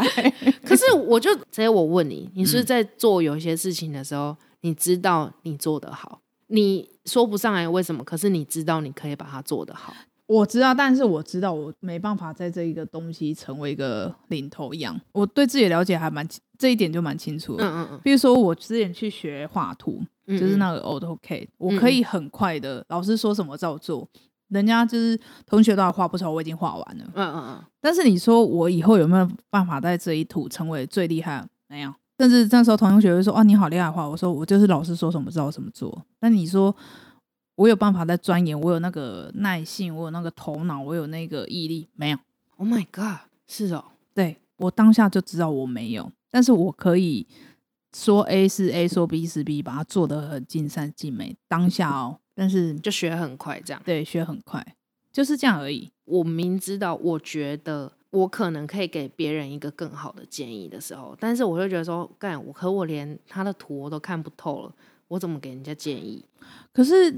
Speaker 3: 可是我就所以我问你，你
Speaker 1: 嗯
Speaker 3: 是不是在做有一些事情的时候，你知道你做得好，你说不上来为什么，可是你知道你可以把它做得好。
Speaker 1: 我知道，但是我知道我没办法在这一个东西成为一个领头羊。我对自己的了解还蛮清这一点就蛮清楚的。
Speaker 3: 嗯嗯
Speaker 1: 比如说，我之前去学画图，
Speaker 3: 嗯，
Speaker 1: 就是
Speaker 3: 嗯
Speaker 1: 那个 AutoCAD，我可以很快的，老师说什么照做。人家就是同学都还画不出来，我已经画完了。
Speaker 3: 嗯嗯嗯，
Speaker 1: 但是你说我以后有没有办法在这一图成为最厉害？没有。甚至那时候同学会说：“哦，你好厉害的话，我说我就是老师说什么知道什么做。那你说我有办法在钻研，我有那个耐性，我有那个头脑，我有那个毅力，没有。
Speaker 3: Oh my god！是哦，
Speaker 1: 对我当下就知道我没有，但是我可以说 A 是 A，说 B 是 B，把它做得很尽善尽美。当下哦，但是
Speaker 3: 就学很快这样。
Speaker 1: 对学很快，就是这样而已。
Speaker 3: 我明知道，我觉得我可能可以给别人一个更好的建议的时候，但是我就觉得说，干我可我连他的图我都看不透了，我怎么给人家建 议？
Speaker 1: 可是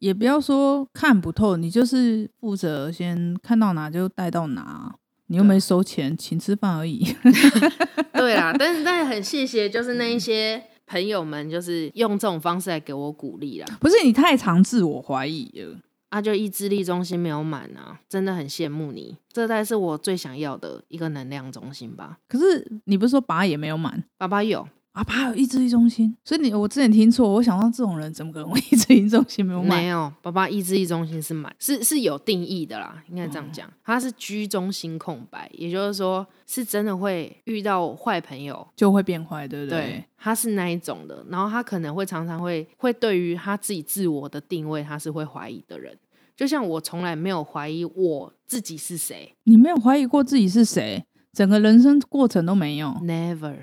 Speaker 1: 也不要说看不透，你就是负责先看到哪就带到哪，啊你又
Speaker 3: 对啊
Speaker 1: 没收钱，请吃饭而已。
Speaker 3: 对啦，但是但是很谢谢，就是那一些朋友们，就是用这种方式来给我鼓励啦。
Speaker 1: 不是你太常自我怀疑了，
Speaker 3: 啊，就意志力中心没有满啊，真的很羡慕你，这才是我最想要的一个能量中心吧。
Speaker 1: 可是你不是说拔也没有满
Speaker 3: 爸爸有，
Speaker 1: 啊？拔有意志力中心，所以你我之前听错，我想到这种人怎么可能会意志力中心没有
Speaker 3: 没
Speaker 1: 满？
Speaker 3: 有，爸爸意志力中心是满，是是有定义的啦，应该这样
Speaker 1: 嗯
Speaker 3: 讲，他是居中心空白，也就是说是真的会遇到坏朋友，
Speaker 1: 就会变坏，对不对？
Speaker 3: 对，他是那一种的，然后他可能会常常会会对于他自己自我的定位，他是会怀疑的人。就像我从来没有怀疑我自己是谁
Speaker 1: 你没有怀疑过自己是谁，整个人生过程都没
Speaker 3: 嗯
Speaker 1: 有。
Speaker 3: ，never。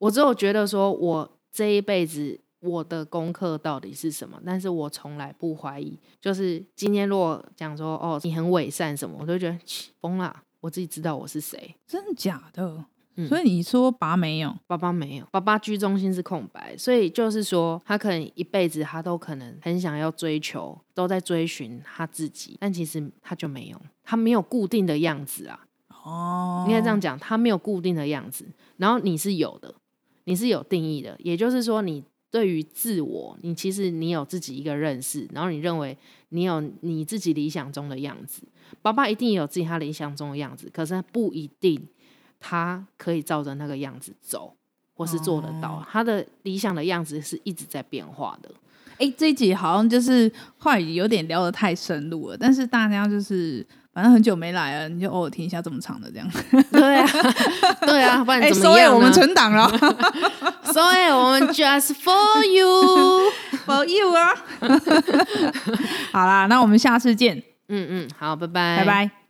Speaker 3: 我只有觉得说我这一辈子我的功课到底是什么，但是我从来不怀疑。就是今天如果讲说哦你很伪善什么，我就觉得切疯啦，我自己知道我是谁。
Speaker 1: 真的假的？
Speaker 3: 嗯
Speaker 1: 所以你说拔没有，
Speaker 3: 爸爸没有，爸爸居中心是空白，所以就是说，他可能一辈子他都可能很想要追求，都在追寻他自己，但其实他就没有，他没有固定的样子啊，
Speaker 1: 哦，
Speaker 3: 应该这样讲，他没有固定的样子，然后你是有的，你是有定义的，也就是说，你对于自我，你其实你有自己一个认识，然后你认为你有你自己理想中的样子，爸爸一定有自己他理想中的样子，可是他不一定他可以照着那
Speaker 1: 哦
Speaker 3: 个样子走，或是做得到，他的理想的样子是一直在变化的。
Speaker 1: 哎、这一集好像就是话语有点聊得太深入了，但是大家就是反正很久没来了，你就偶尔听一下这么长的这样。
Speaker 3: 对啊，对啊，不然
Speaker 1: 哎、
Speaker 3: 怎
Speaker 1: 所
Speaker 3: 么
Speaker 1: 以
Speaker 3: 样呢？
Speaker 1: 我们存档 了
Speaker 3: 所以我们 just for you。
Speaker 1: ，for you 啊。好啦，那我们下次见，
Speaker 3: 嗯嗯，好，拜拜，
Speaker 1: 拜拜。